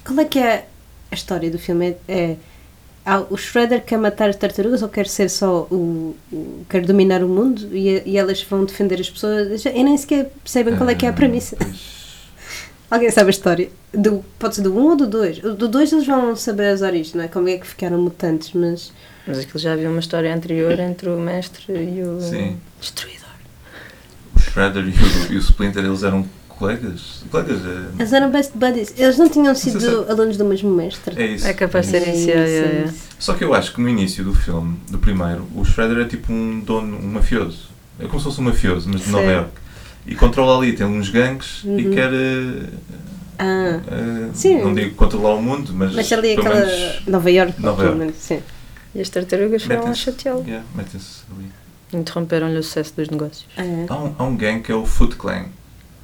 qual é que é a história do filme? É, é- há o Shredder quer matar as tartarugas ou quer ser só o. o- quer dominar o mundo e, e elas vão defender as pessoas? Eu nem sequer percebem qual é que é a Ah, premissa. pois. Alguém sabe a história? Do, pode ser do 1 ou do 2? O Do 2 eles vão saber as origens, não é? Como é que ficaram mutantes, mas. Mas aquilo já havia uma história anterior entre o mestre e o Sim. destruidor. O Shredder e o, e o Splinter, eles eram colegas? Colegas? É, Eles eram best buddies. Eles não tinham sei sido se- alunos do mesmo mestre. é isso. É capaz de é ser isso. isso, é, é, é. Só que eu acho que no início do filme, do primeiro, o Shredder é tipo um dono, um mafioso. É como se fosse um mafioso, mas de Sim. Nova York. E controla ali, tem uns gangues Uhum. e quer. eh, Ah, eh, Sim. Não digo controlar o mundo, mas. mas ali é pelo aquela. menos, Nova York, Nova pelo Iorque. menos, sim. E as tartarugas foram lá metem-se- chateá-lo. yeah, metem-se ali. Interromperam-lhe o sucesso dos negócios. Ah, Há um, há um gang que é o Foot Clan.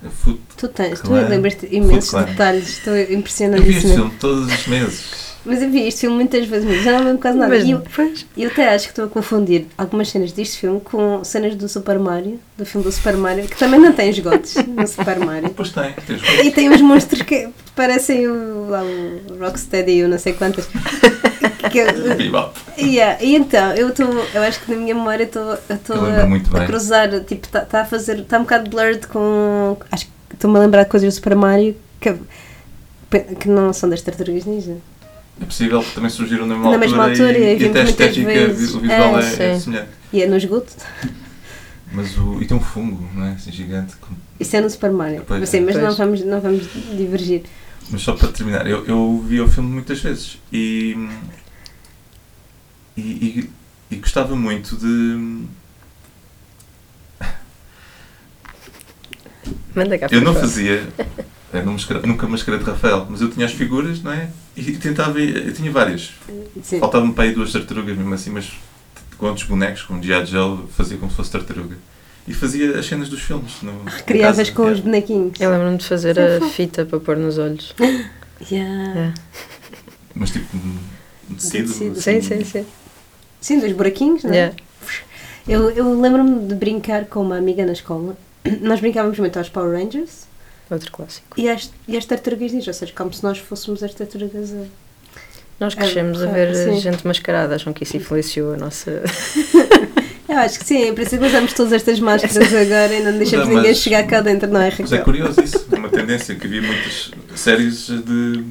É Foot... Tu tens, tu Claro. lembras-te imensos Claro. detalhes, estou Eu vi este impressionadíssima. filme todos os meses. Mas eu vi este filme muitas vezes, mas já não lembro quase nada. Mas E eu, depois, eu até acho que estou a confundir algumas cenas deste filme com cenas do Super Mario, do filme do Super Mario, que também não tem esgotos no Super Mario. Depois tem. tem os E coisas. tem os monstros que parecem o, lá, o Rocksteady e o não sei quantas. Que É eu- Bebop. Yeah, E então, eu estou, eu acho que na minha memória eu estou- eu estou Eu lembro muito a, bem. a cruzar, tipo, está a fazer, está um bocado blurred com, acho que estou-me a lembrar de coisas do Super Mario que, que não são das Tartarugas Ninja. É possível que também surgiram na Na mesma altura, mesma altura, e, e vimos até a muitas estética vezes. vi- o visual É, é, é sim. semelhante. E é no esgoto. Mas o, e tem um fungo, não é? Assim, gigante. com- Isso é no Super Mario. Pois Assim, é. mas não Pois. vamos, não vamos divergir. Mas só para terminar, eu, eu vi o filme muitas vezes e, e, e- e gostava muito de. Manda cá Eu não por favor. fazia. eu não mascara- nunca mascarei de Rafael, mas eu tinha as figuras, não é? E tentava. Eu tinha várias. Sim. Faltavam para aí duas tartarugas mesmo assim, mas com outros bonecos, com o G.I. Joe, fazia como se fosse tartaruga. E fazia as cenas dos filmes. No, em Ah, Criavas casa, com é. os bonequinhos. Eu lembro-me de fazer Sim, a foi. fita para pôr nos olhos. Yeah. É. Mas tipo, um um tecido. tecido. assim, Sim, sim, sim. Sim, dos buraquinhos, não é? Yeah. Eu, eu lembro-me de brincar com uma amiga na escola. Nós brincávamos muito aos Power Rangers Outro clássico. e às, e às tartarugas ninja, ou seja, como se nós fôssemos as tartarugas a- Nós É, crescemos a é, ver sim. gente mascarada, acham que isso influenciou a nossa. Eu acho que sim, em princípio usamos todas estas máscaras agora e não deixamos Não, mas- ninguém chegar cá dentro, não é, Mas é Raquel? curioso isso. É uma tendência que havia muitas séries de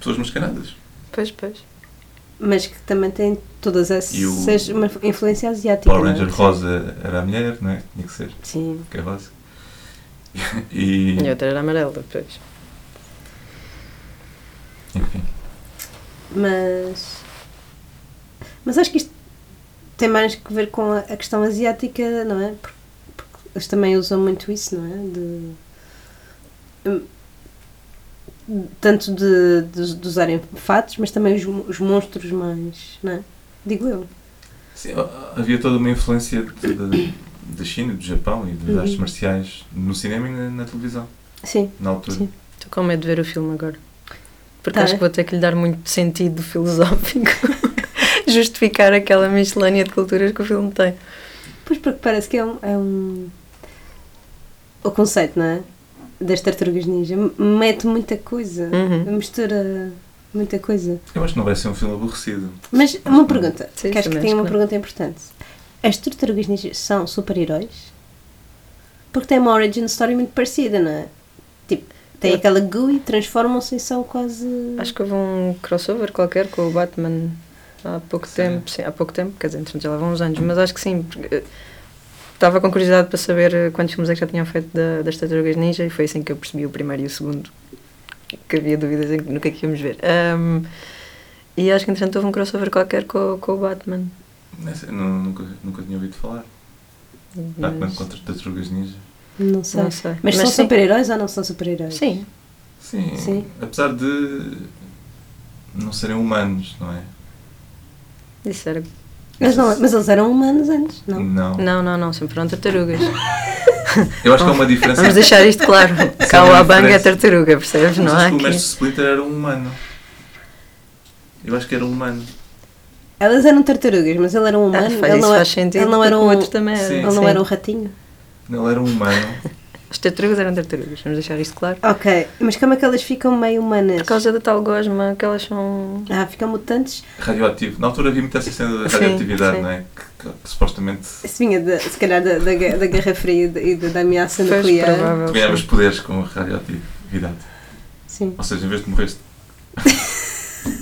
pessoas mascaradas. Tipo Pois, pois. Mas que também tem todas E o- essas uma influência asiática. Power não é? Ranger Rosa era a mulher, não é? Tinha que ser, Sim. que é rosa. E. E outra era amarela, pois. Enfim. Mas. Mas acho que isto tem mais que ver com a a questão asiática, não é? Por- Porque eles também usam muito isso, não é? De. Hum, Tanto de, de, de usarem fatos, mas também os, mo- os monstros mais. Não é? Digo eu. Sim, ha- havia toda uma influência de- de- da China, do Japão e das Uhum. artes marciais no cinema e na, na televisão, Sim. na altura. Sim. Estou com medo de ver o filme agora. Porque Tá. acho que vou ter que lhe dar muito sentido filosófico justificar aquela miscelânea de culturas que o filme tem. Pois porque parece que é um, é um- O conceito, não é? Das tartarugas ninja. M- Mete muita coisa. Uhum. Mistura muita coisa. Eu acho que não vai ser um filme aborrecido. Mas uma pergunta. Sim, que acho que também tem acho uma que não. pergunta importante. As tartarugas ninjas são super-heróis? Porque tem uma origin story muito parecida, não é? Tipo, tem Eu- aquela GUI, transformam-se e são quase. Acho que houve um crossover qualquer com o Batman há pouco Sim. tempo, sim, há pouco tempo, quer dizer, entretanto já lá vão uns anos, mas acho que sim, porque eh, estava com curiosidade para saber eh, quantos filmes é que já tinham feito da, das Tartarugas Ninja e foi assim que eu percebi o primeiro e o segundo, que havia dúvidas em- no que é que íamos ver. Ahm, e acho que entretanto houve um crossover qualquer com, com o Batman. Não sei, nu- nunca, nunca tinha ouvido falar. Batman Mas, contra Tartarugas Ninja. Não sei. não sei. Mas, são sim. super-heróis ou não são super-heróis? Sim, Sim, Sim. Apesar de não serem humanos, não é? isso era. Mas, não- é- mas eles eram humanos antes, não? Hum. Não, não, não, sempre foram tartarugas. Eu acho que há uma diferença. Vamos deixar isto claro. Kawabanga é diferença. tartaruga, percebes? Mas Não há acho que o aqui. mestre Splinter era um humano. Eu acho que era um humano. Elas eram tartarugas, mas ele era um humano. Ah, faz, ele isso não era, faz sentido. ele não porque era o um- outro também era. Sim. ele não era um ratinho. Ele era um humano. As tartarugas eram tartarugas, vamos deixar isto claro. Ok, mas como é que elas ficam meio humanas? Por causa da tal gosma, que elas são. Ah, ficam mutantes? radioativo. Na altura havia muita essa cena da Sim, radioatividade, sim. não é? Que, que- que supostamente Isso vinha, de, se calhar, da, da, gue- da Guerra Fria e da, e da- da ameaça Pois, nuclear. provável, ganhavas sim. poderes com a radioatividade. Sim. Ou seja, em vez de morrer,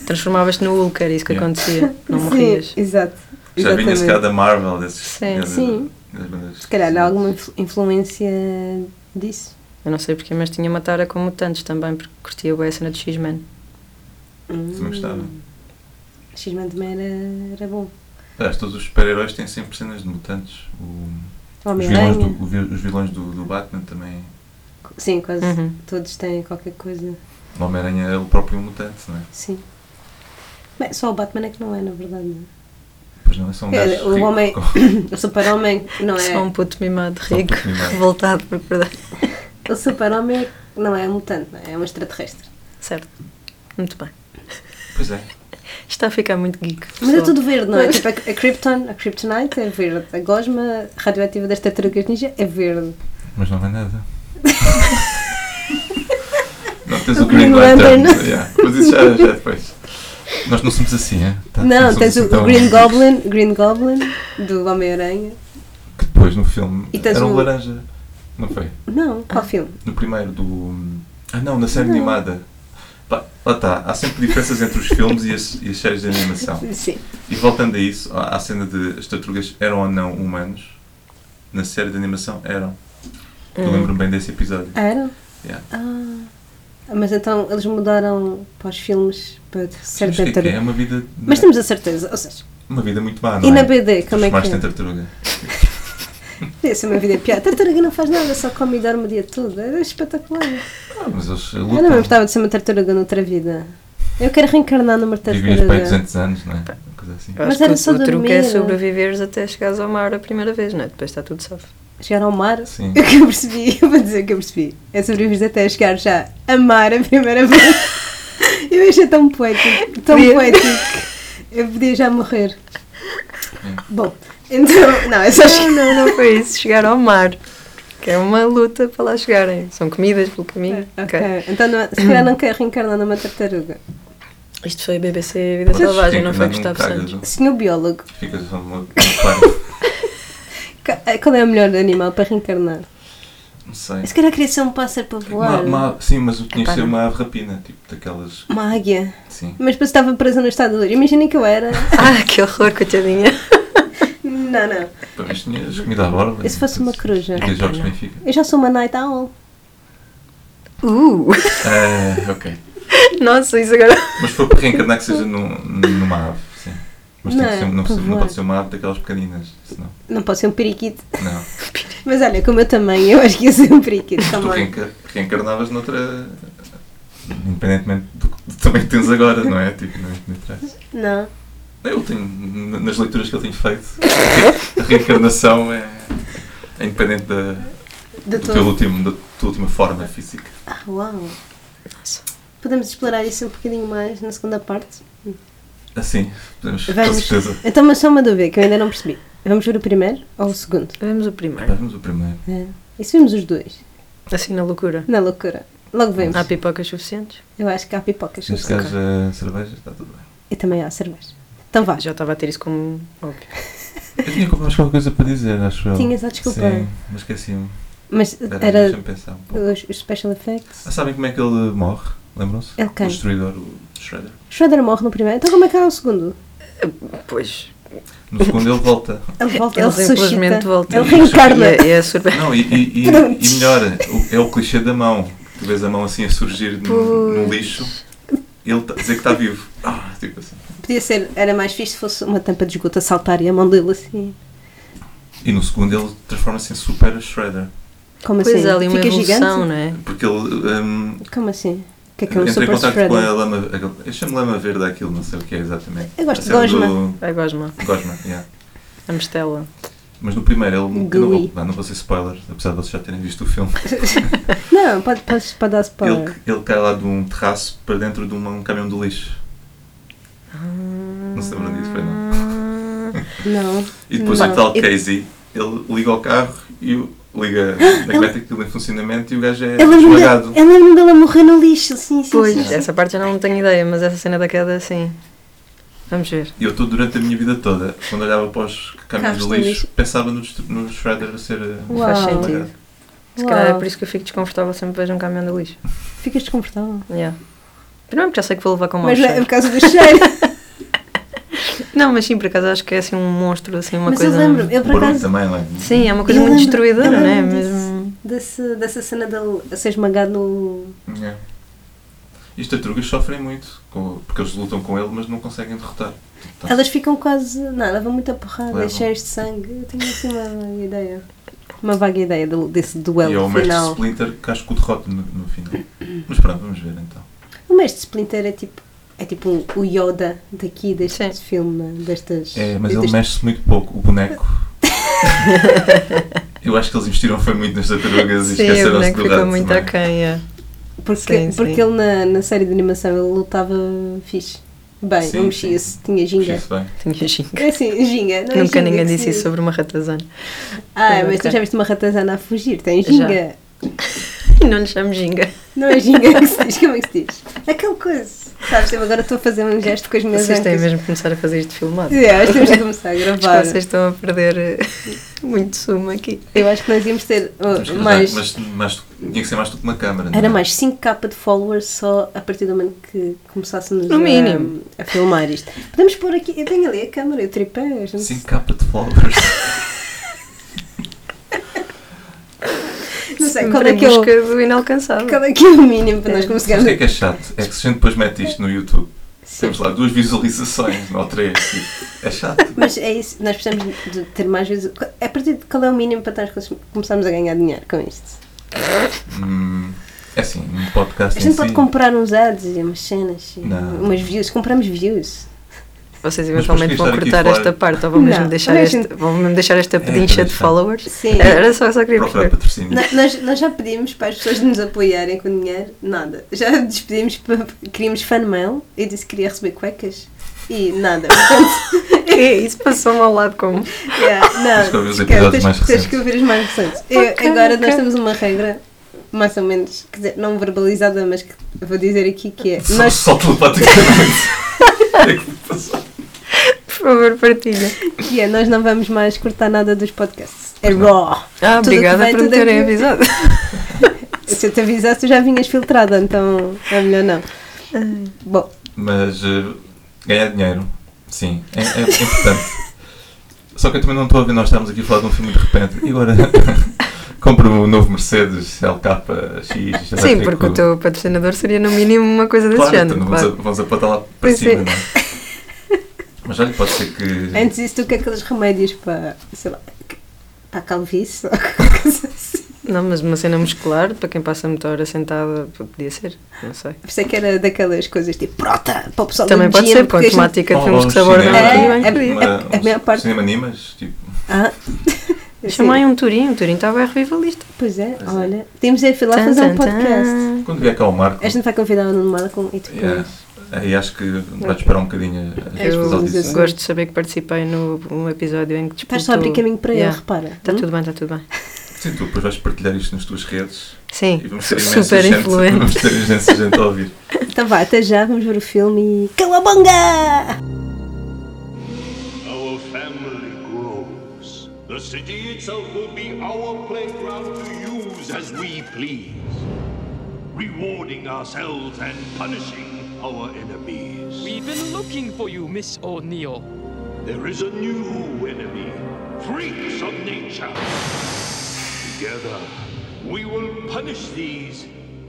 Transformavas-te no Hulk, era isso que Yeah. acontecia. Não Sim, morrias. exato. já vinha se calhar da Marvel, desses. Sim. das- Sim. das bandas- Se calhar há alguma influ- influência disso. Eu não sei porque, mas tinha uma tara com mutantes também, porque curtia bem a cena de X-Men. Também gostava. Hum. X-Men também era, era bom. Aliás, todos os super-heróis têm sempre cenas de mutantes. O- os vilões, Homem-Aranha. do, o vi- os vilões do, do Batman também. Sim, quase Uhum. todos têm qualquer coisa. O Homem-Aranha é o próprio mutante, não é? Sim. Bem, só o Batman é que não é, na verdade. Não é? Pois não, é só um É, gajo o rico homem- com- O Super-Homem não é. Só um puto mimado, Só um rico, puto mimado. revoltado por perder. O super-homem não é um mutante, não é? É um extraterrestre. Certo. Muito bem. Pois é. Isto está a ficar muito geek. Mas é pessoal. tudo verde, não é? Tipo, a, a Krypton, a Kryptonite é verde. A gosma radioativa das tartarugas ninja é verde. Mas não é nada. não, tens o Green Lantern. yeah. Mas isso já, já é depois. Nós não somos assim, é? Tá, Não, somos tens assim o tão- Green Goblin, Green Goblin do Homem-Aranha. Que depois no filme E tens era um o- laranja. Não foi? Não, qual filme? No primeiro do. Ah não, na série Não. animada. Pá, lá está. Há sempre diferenças entre os filmes e as, e as séries de animação. Sim. E voltando a isso, à à cena de as tartarugas eram ou não humanos, na série de animação eram. Eu um. Hum. lembro-me bem desse episódio. Ah, Era? Yeah. Ah, mas então eles mudaram para os filmes para ser Sabes o que é, que é? É tartaruga. uma vida. Mas temos a certeza, ou seja, Uma vida muito má, não e é? na BD, como é que Transformaste em é? tartaruga. Podia ser uma vida pior. Tartaruga não faz nada, só come e dorme o dia todo. Era espetacular. Ah, mas eles Eu não me lutam. importava de ser uma tartaruga noutra vida. Eu quero reencarnar numa Vivias para aí tartaruga. 200 anos, não é? Uma coisa assim. Eu Mas acho que era o- só o truque é dormir. sobreviveres até chegares ao mar a primeira vez, não é? Depois está tudo salvo. Chegar ao mar. Sim. O que eu percebi, eu vou dizer o que eu percebi. É sobreviver até chegar já a mar a primeira vez. Eu achei tão poético, tão Podia. poético. Eu podia já morrer. Bom, então, não, eu só Não, cheguei. não, não foi isso. Chegar ao mar. Que é uma luta para lá chegarem. São comidas pelo caminho. Ok, Ok. então não, se calhar não quero reencarnar numa tartaruga. Isto foi a BBC Vida Vocês Selvagem, têm não que foi andar num Gustavo Santos. cágado. Senhor biólogo, Ficas só uma- claro. ca- qual é o melhor animal para reencarnar? Não sei. Se calhar queria ser um pássaro para voar. Uma- uma- sim, mas o tinhas de ser Epá, não. uma ave rapina, tipo daquelas. Uma águia. Sim. Mas depois estava presa no estado de luz. Imaginem que eu era. Ah, que horror, coitadinha. Não, não. Para mim tinhas comida à borda. E se fosse uma coruja? Ah, Aqueles jogos Epá, não. Benfica. Eu já sou uma night owl. Uh, É, ok. nossa, isso agora. Mas se for para reencarnar que seja num- numa ave, sim. Mas tem Não que é, ser- não, para se- não voar. pode ser uma ave daquelas pequeninas, senão. Não posso ser um periquito. Não. Mas olha, como eu também, eu acho que ia ser um periquito Tu também. reenca- reencarnavas noutra. Independentemente do que do tamanho que tens agora, não é? Tipo, não é? Não interessa. Não. Eu tenho, n- nas leituras que eu tenho feito, a reencarnação é, é independente da, De do teu todo. último, da tua última forma física. Ah, uau. Nossa. Podemos explorar isso um bocadinho mais na segunda parte? Assim, podemos, com Vamos. certeza. Então, mas só uma dúvida que eu ainda não percebi. Vamos ver o primeiro ou o segundo? Vemos o primeiro. Vamos o primeiro. É. E se vimos os dois? Assim na loucura. Na loucura. Logo vemos. Há pipocas suficientes? Eu acho que há pipocas. Se sobre- gajo cerveja, está tudo bem. E também há cerveja. Então vá. Já estava a ter isso como óbvio. Eu tinha mais qualquer coisa para dizer, acho eu. Tinhas, ah, desculpa. Sim, mas esqueci-me. Mas Espera, era deixa-me pensar um pouco. os, os special effects. Ah, sabem como é que ele morre? Lembram-se? Ele quem? O destruidor, o Shredder. Schroeder morre no primeiro. Então como é que há o segundo? Pois. No segundo ele volta. Ele volta, Ele ele ressuscita. simplesmente volta. Ele reencarna. E é, é a surpresa. Não, e, e, e, Pronto. e melhor, o- é o clichê da mão. Tu vês a mão assim a surgir no, no lixo, ele tá- dizer que está vivo. Ah, tipo assim. é- Podia ser, era mais fixe se fosse uma tampa de esgoto a saltar e a mão dele assim. E no segundo ele transforma-se em Super Shredder. Como Pois assim? há ali uma Fica evolução, gigante? não é? Porque ele. hum, Como assim? O que é que é um entra em super contato com a shredder? lama. aquele- Eu chamo lama verde aquilo, não sei o que é exatamente. Eu gosto A de cena gosma. do- A gosma. Gosma, yeah. A mistela. Mas no primeiro ele. eu Não Gooey. vou, não, não vou ser spoiler, apesar de vocês já terem visto o filme. Não, pode, pode, pode dar spoiler. Ele, ele cai lá de um terraço para dentro de uma- um caminhão de lixo. Não se lembram disso, pois não. Não. E depois Não, o tal eu- Casey, ele liga ao carro e o- liga na coleta aquilo em funcionamento e o gajo é Eu lembro-me esmagado. dela- eu lembro-me dela morrer no lixo, sim, sim. sim, Pois, sim. essa parte eu não tenho ideia, mas essa cena da queda, sim. Vamos ver. E eu estou durante a minha vida toda, quando olhava para os caminhões Carros de de lixo, lixo. pensava no, destru- no Shredder a ser eh, Uau. Faz esmagado. sentido. Se Uau. calhar é por isso que eu fico desconfortável sempre que vejo um caminhão de lixo. Ficas desconfortável. Yeah. Primeiro porque já sei que vou levar com mau Mas não é cheiro. por causa do cheiro. Não, mas sim, por acaso acho que é assim um monstro, assim, uma Mas coisa. eu lembro-me, eu O por barulho acaso, também, não é? Sim, é uma coisa Eu muito lembro- destruidora, eu não é? lembro disso. Mesmo. desse, dessa cena dele a ser esmagado no. Yeah. E os É. tartarugas sofrem muito, com- porque eles lutam com ele, mas não conseguem derrotar. Tá. Elas ficam quase. Não, levam muita porrada, Levam. e cheias de sangue. Eu tenho assim uma vaga ideia. Uma vaga ideia do- desse duelo e é o mestre final. Splinter que acho que o derrota no, no final. Mas pronto, vamos ver então. O mestre Splinter é tipo. É tipo um- o Yoda daqui, deste Sim. filme, né? destas. É, mas ele destes- mexe-se muito pouco, o boneco. Eu acho que eles investiram foi muito nas tartarugas e Sim, o esqueceram-se boneco do ficou rato né, muito também. aquém. é. Porque, Sim, sim. porque ele na, na série de animação ele lutava fixe. Bem, Sim, não mexia-se, tinha ginga. Puxa-se bem. Tinha ginga. É assim, ginga. Não é Nunca ginga ninguém que se disse diz. isso sobre uma ratazana. Ah, mas Ok. tu já viste uma ratazana a fugir, tem Já. ginga. Não lhe chamo ginga. Não é ginga que se diz, como é que se diz? Aquela coisa. Sabes, eu agora estou a fazer um gesto com as minhas Vocês têm ancas. mesmo que começar a fazer isto filmado. É, acho que temos de começar a Acho que gravar. Vocês estão a perder eh, muito sumo aqui. Eu acho que nós íamos ter oh, Temos que arranjar- mais. Mas, mas tinha que ser mais do que uma câmara. não é? Era mais 5k de followers só a partir do momento que começássemos No a- mínimo. A, filmar isto. Podemos pôr aqui. Eu tenho ali a câmera, eu tripé. a gente- 5k de followers. Não sei, Sempre qual é, em que é o, busca do inalcançável. qual é que é o mínimo para nós Mas o conseguirmos. que é que é chato? É que se a gente depois mete isto no YouTube, temos lá duas visualizações, ou três. tipo, É chato. Mas é isso, nós precisamos de ter mais vezes. A partir de qual é o mínimo para nós começarmos a ganhar dinheiro com isto? Hum, é assim, um podcast A em gente si. pode comprar uns ads e umas cenas, e Não. umas views, compramos views. Vocês Mas depois eventualmente queria vão estar aqui cortar fora. É, esta parte ou vão mesmo, Não, deixar, olha, este, gente. vão mesmo deixar esta para pedincha de deixar. followers? Sim. Era só, só queria procurar patrocínio. perceber. No- Nós, nós já pedimos para as pessoas nos apoiarem com dinheiro, nada. Já despedimos, para- queríamos fanmail, eu disse que queria receber cuecas e nada. Portanto, É, isso passou-me ao lado como. yeah, não, Tens que ouvir os esquece, episódios tens- mais tens recentes. que ouvir os mais recentes. Eu- Ok, agora ok. nós temos uma regra, mais ou menos, quer dizer, não verbalizada, mas que vou dizer aqui que é. Só, nós- só telepaticamente. é que passou. Por favor, partilha. que é, nós não vamos mais cortar nada dos podcasts. É Pois não. raw. Ah, Tudo obrigada que vem, por me tudo terem que- avisado. Se eu te avisasse, tu já vinhas filtrada, então é melhor não. Ah, Bom, Mas eh, ganhar dinheiro, sim, é, é importante. Só que eu também não estou a ver, nós estamos aqui a falar de um filme de repente e agora compro um novo Mercedes LK X. Sim, porque o teu patrocinador seria no mínimo uma coisa desse é claro, género. então, claro. Vamos, a, vamos a patar lá para Pois cima, é. não é? Mas olha, pode ser que. antes disso, tu que aqueles remédios para, sei lá, para a calvície ou qualquer coisa assim. Não, mas uma cena muscular, para quem passa muita hora sentada, p- podia ser, não sei. Pensei é que era daquelas coisas tipo prota, para o pessoal Também do pode gym, ser, com a porque a gente- temática de Ou filmes um que se abordam assim, cinema, É, aqui, bem é- podia. a- a um maior parte- Cinema animas, tipo. é Ah, Chamai um Turim, um Turim estava a revivalista. Pois é, Pois é. olha. Temos de ir lá fazer um podcast. Quando vier cá o Marco. A gente vai convidar o Nuno Malcolm e depois. yeah, Aí acho que vai esperar um bocadinho as É, Eu pessoas vamos disso. dizer- gosto de saber que participei no um episódio em que disputou... Estás só a abrir caminho para ele, Tá Yeah. repara. Está Hum? tudo bem, está tudo bem. Sim, tu depois vais partilhar isto nas tuas redes e Sim, vamos ter imensa super gente. influente. Vamos ter imensa gente a ouvir. Então vá, até já, vamos ver o filme e. Calabonga! Our family grows. The city itself will be our playground to use as we please, rewarding ourselves and punishing our enemies. We've been looking for you, Miss O'Neill. There is a new enemy, freaks of nature. Together, we will punish these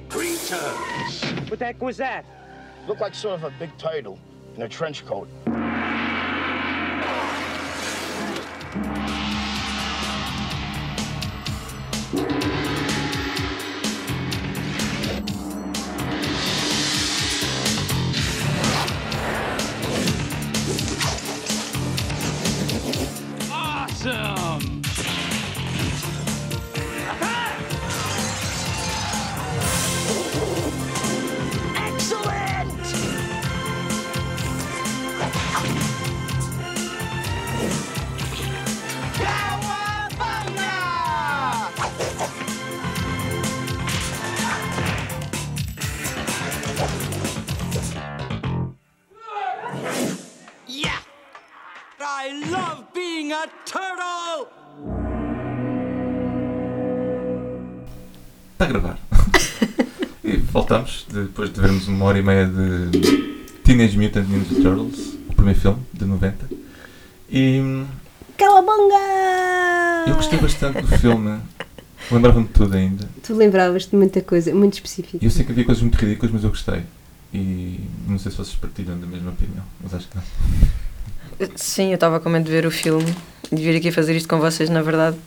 creatures. What the heck was that? Looked like sort of a big turtle in a trench coat. Awesome! Yeah! I love being a turtle! Está a gravar. e voltamos depois de vermos uma hora e meia de Teenage Mutant Ninja Turtles, o primeiro filme de 90. E hum, Calabonga! eu gostei bastante do filme. Lembrava-me de tudo ainda. Tu lembravas de muita coisa, muito específica. E Eu sei que havia coisas muito ridículas, mas eu gostei. E não sei se vocês partilham da mesma opinião, mas acho que não. Sim, eu estava com medo de ver o filme, de vir aqui fazer isto com vocês, na verdade,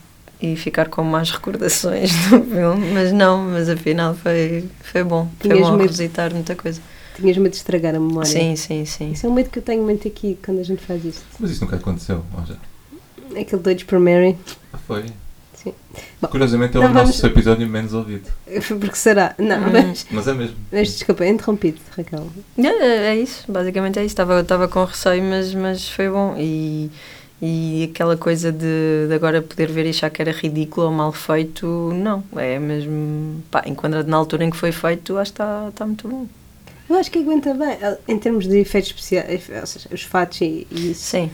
e ficar com mais recordações do filme, mas não, mas afinal foi, foi bom. Foi Tinhas bom medo? revisitar muita coisa. Tinhas medo de estragar a memória. Sim, sim, sim. Isso é um medo que eu tenho muito aqui quando a gente faz isto. Mas isso nunca aconteceu, ou já? Aquele doido por Mary. Foi. Sim. Bom, Curiosamente é o não nosso vamos- episódio menos ouvido. Porque será? Não, Hum. mas, Mas é mesmo. mas desculpa, interrompido, Raquel. É, é isso, basicamente é isso. Estava, estava com receio, mas, mas foi bom. E, E aquela coisa de, de agora poder ver e achar que era ridículo ou mal feito, não. É mesmo. Pá, enquadrado na altura em que foi feito, acho que está está muito bom. Eu acho que aguenta bem, eh, em termos de efeitos especiais, eh, ou seja, os fatos e, e isso. Sim,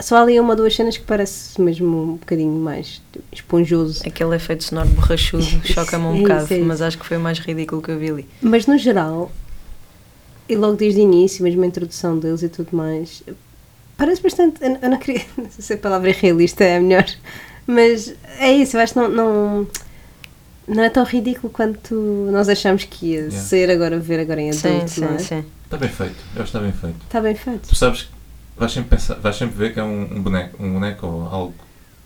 Só há ali uma ou duas cenas que parece mesmo um bocadinho mais esponjoso. aquele efeito sonoro borrachudo choca-me um Isso, bocado, isso. mas acho que foi o mais ridículo que eu vi ali. Mas no geral, e logo desde o início, mesmo a introdução deles e tudo mais, parece bastante. Eu eu não queria. Não sei se a palavra realista é a melhor, mas é isso, eu acho que não. não não é tão ridículo quanto nós achamos que ia Yeah. ser agora, ver agora em Sim, adulto, não sim, é? sim. Está bem feito, eu acho que está bem feito. Está Tá bem feito. Tu sabes que vais sempre, pensar, vais sempre ver que é um, um boneco, um boneco ou algo,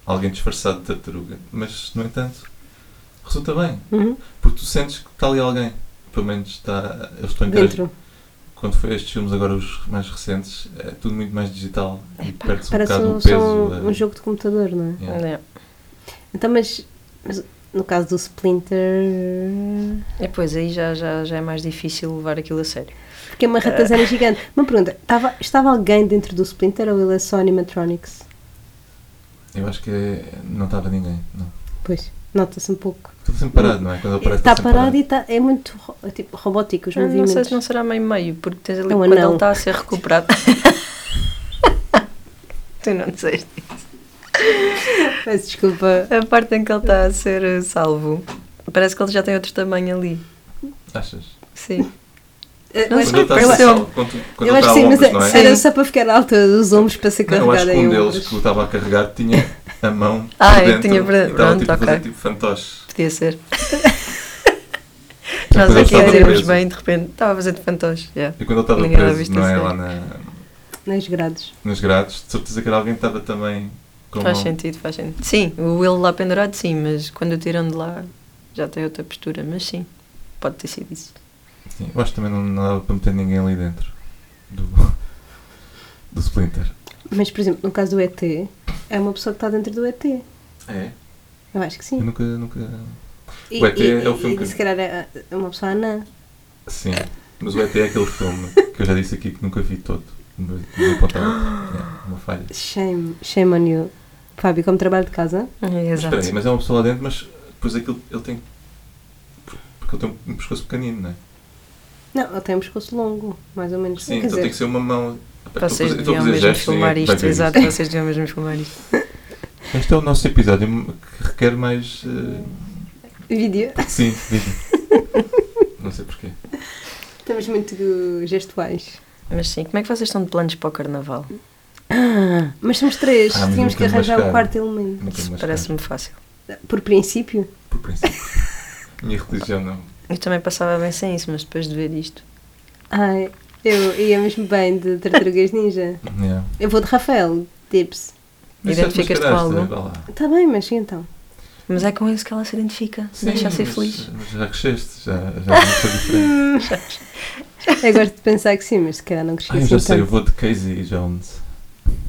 alguém disfarçado de tartaruga, mas no entanto resulta bem, Uhum. porque tu sentes que está ali alguém. Pelo menos está. Eu estou a interagir- Dentro. Quando foi estes filmes, agora os mais recentes, é tudo muito mais digital e perde-se um Parece bocado um, o só peso. um, da- um jogo de computador, não é? Yeah. É. Então, mas, mas no caso do Splinter. E depois aí já, já, já é mais difícil levar aquilo a sério. Porque é uma ratazana gigante. Uma pergunta: estava, estava alguém dentro do Splinter ou ele é só animatronics? Eu acho que é- não estava ninguém. Não. Pois, nota-se um pouco. Está sempre parado, não é? Quando aparece Está sempre parado e está, é muito ro- é tipo, robótico os Eu Ah, Não movimentos. sei se não será meio meio, porque tens ali É um quando anão. ele está a ser recuperado. tu não disseste. Peço desculpa. A parte em que ele está a ser eh, salvo. Parece que ele já tem outro tamanho ali. Achas? Sim. Eh, Não mas- Quando ele está eu a acho- ser salvo, quando, tu- quando eu ele acho que está a sim, mas ombros, não é? era só para ficar à altura dos ombros para ser Não, eu acho carregado que em um deles ombros. que o estava a carregar tinha a mão Ah, por é, dentro tinha por- e estava tipo, a pronto, fazer ok. tipo fantoche. Podia ser. E Nós quando ele aqui a estava dizermos preso- bem, de repente, estava a fazer de fantoche. yeah. E quando ele estava Ninguém era preso, visto não é? assim. Lá na- Nas grades. nas grades, de certeza que era alguém que estava também com a Faz mão. sentido, faz sentido. Sim, o Will lá pendurado, sim, mas quando o tiram de lá já tem outra postura. Mas sim, pode ter sido isso. Sim, eu acho que também não, não dava para meter ninguém ali dentro do, do Splinter. Mas, por exemplo, no caso do ET, é uma pessoa que está dentro do ET. É? Eu acho que Eu sim. nunca, nunca, E, O ET e- é o filme e- que- e se calhar é é uma pessoa anã. Sim, mas o ET é aquele filme que eu já disse aqui que nunca vi todo. Vou vou apontar é, uma falha. Shame, shame on you. Fábio, como trabalho de casa, É, Mas Exato. espera aí, mas é uma pessoa lá dentro, mas depois aquilo ele tem. Porque ele tem um pescoço pequenino, não é? Não, ele tem um pescoço longo, mais ou menos. Sim, Quer então dizer, tem que ser uma mão. Estou a fazer- Vocês estou a deviam fazer mesmo gestos, ninguém filmar vai isto, ver exato, vocês deviam mesmo filmar isto. isto. Este é o nosso episódio que requer mais. eh, vídeo. Sim, diz Não sei porquê. Estamos muito gestuais. Mas sim, como é que vocês estão de planos para o carnaval? Mas somos três, Ah, mas tínhamos que não temos arranjar o mascara. quarto elemento. Não tenho Isso mais parece-me fácil. Por, princípio, cara, Por princípio. Minha religião não. Eu também passava bem sem isso, mas depois de ver isto. ai, eu ia mesmo bem de Tartarugas Ninja. Yeah. Eu vou de Rafael, tips. Mas já te Identificas-te com mascaraste, algo? vá lá. Está bem, mas e então? Mas é com isso que ela se identifica. Deixa ser mas- eh, feliz. Mas já cresceste, já, já não sou diferente. Eu gosto de pensar que sim, mas se calhar não cresci Ah, eu assim já sei, eu tanto. vou de Casey Jones.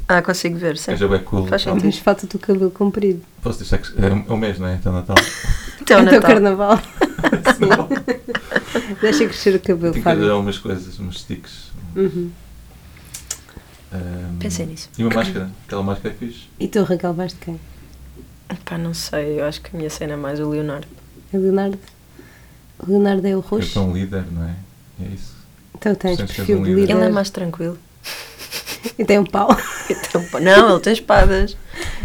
Ah, consigo ver, sim. Eu já bem cool. Faz sentido. Mas falta do cabelo comprido. Posso deixar que. É o mês, não é? Até o Natal. Então, é o teu Natal. carnaval. Não. Deixa crescer o cabelo, Tenho que fazer Fábio. algumas coisas, uns sticks. Uhum. ahm, Pensei nisso. E uma máscara. Aquela máscara é fixe. E tu, Raquel, vais de quem? Pá, não sei, eu acho que a minha cena é mais o Leonardo. É Leonardo? O Leonardo é o Porque roxo? é um líder, não é? E é isso. Então tens Sentes que és perfil um de líder. líder. Ele é mais tranquilo. E tem um pau. Então, pá, não, ele tem espadas.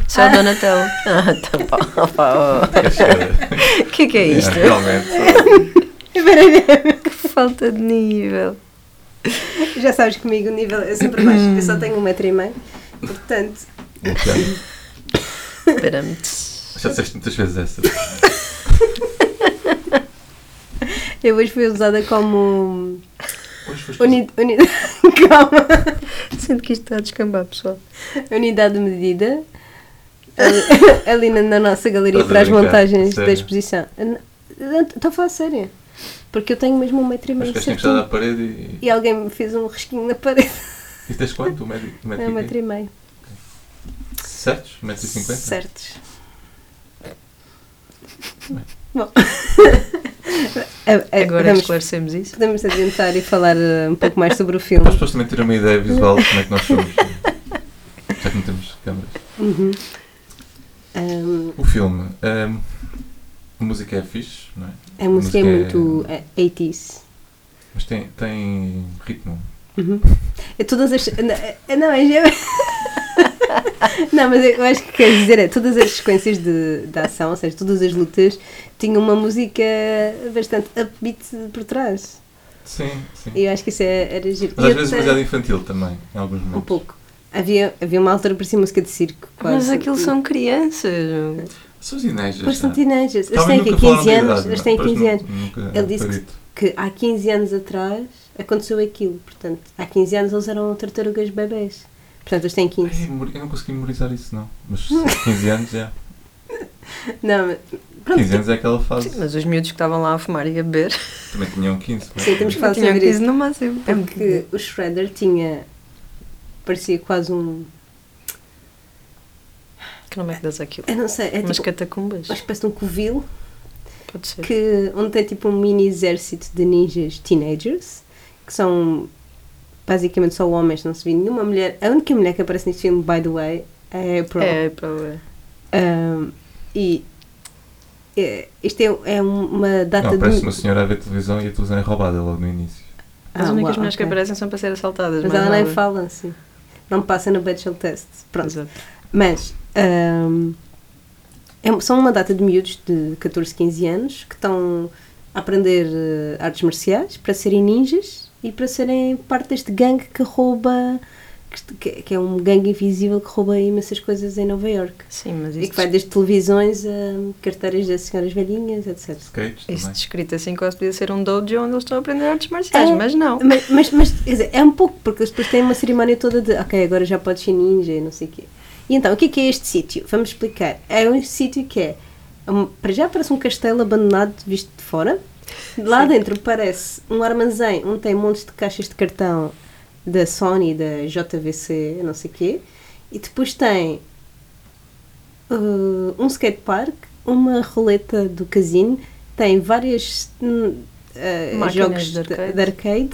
Só a Donatello. Ah, então, pá, pá, Queres que- oh. O que é que é isto? realmente. Que falta de nível. Já sabes comigo, o nível é sempre baixo. Eu só tenho um metro e meio. Portanto, Já, Espera-me. Um já disseste muitas vezes essa. eu hoje fui usada como. Hoje foste. Uni, uni, calma. Sinto que isto está a descambar, pessoal. Unidade de medida. Ali- Ali na, na nossa galeria Estás a para as brincar? montagens da Sério? exposição. Eu não- eu Estou a falar sério. Porque eu tenho mesmo um metro e Mas meio ficaste encostada certinho. à parede e. E alguém me fez um risquinho na parede. E tens quanto? Um metro um metro É um metro e e meio. quê? Certos? Um metro e cinquenta? Certos. Bom. A- a- Agora é que vamos- esclarecemos isso. Podemos adiantar e falar eh, um pouco mais sobre o Para as filme. pessoas também terem uma ideia visual de como é que nós somos. é? Já que não temos câmaras. Uhum. Ahm, O filme. hum, a música é fixe, não é? a música é música é- muito eh, 80s. Mas tem, tem ritmo. Uhum. É todas as. Não, é- não, é. é- Não, mas eu acho que queres dizer é todas as sequências de, da ação, ou seja, todas as lutas, tinham uma música bastante upbeat por trás. Sim, sim. E eu acho que isso é, era giro. Mas E às vezes até- demasiado infantil também, em alguns momentos. Um pouco. Havia, havia uma altura que parecia música de circo, quase. Mas aquilo são crianças. São os é? inéis, Pois são teenagers. Eles Talvez têm aqui nunca falaram 15 da anos. idade, Eles não? é? têm Pois 15 nu- nunca, nunca Ele disse acredito. que há 15 anos atrás aconteceu aquilo. Portanto, há 15 anos eles eram tartarugas bebés. Portanto, eles têm 15. Ai, memori- Eu não consegui memorizar isso, não. Mas 15 anos é. Não, mas- pronto. 15 anos é aquela fase. Mas os miúdos que estavam lá a fumar e a beber Também tinham 15. não é? Sim, temos que falar tinham sobre 15 isso. no máximo. É muito- Porque o Shredder tinha. parecia quase um. Que nome é que dás aquilo? Eu não sei, é Umas tipo catacumbas? uma espécie de um covil Pode ser. É, que, onde tem tipo um mini exército de ninjas teenagers que são basicamente só homens, não se vê nenhuma mulher. A única mulher que aparece neste filme, by the way, é a Pearl. É, prova. Ahm, e é, isto é, é um- uma data Não, parece de. uma senhora a ver televisão e a televisão é roubada logo no início. Ah, As únicas uau, mulheres que ok. aparecem são para ser assaltadas. Mas mais ela nem nada. fala assim. Não passa no Bechdel Test. Pronto. Exato. Mas ahm, é- são uma data de miúdos de 14, 15 anos que estão a aprender eh, artes marciais para serem ninjas e para serem parte deste gangue que rouba, que- que, que é um gangue invisível que rouba imensas coisas em Nova York. Sim, mas E que isso, vai desde televisões a carteiras das senhoras velhinhas, etc. Skates isso também. descrito assim quase podia ser um dojo onde eles estão a aprender artes marciais, É. mas não. Mas, mas, mas, quer dizer, é um pouco, porque eles depois têm uma cerimónia toda de ok, agora já podes ser ninja e não sei o quê. E então, o que é que é este sítio? Vamos explicar. É um sítio que é, um- para já parece um castelo abandonado visto de fora. Lá dentro parece um armazém onde tem montes de caixas de cartão da Sony, da JVC, não sei o quê. E depois tem uh, um skatepark, uma roleta do casino, tem várias hum, uh, Máquinas jogos de de- arcade. de arcade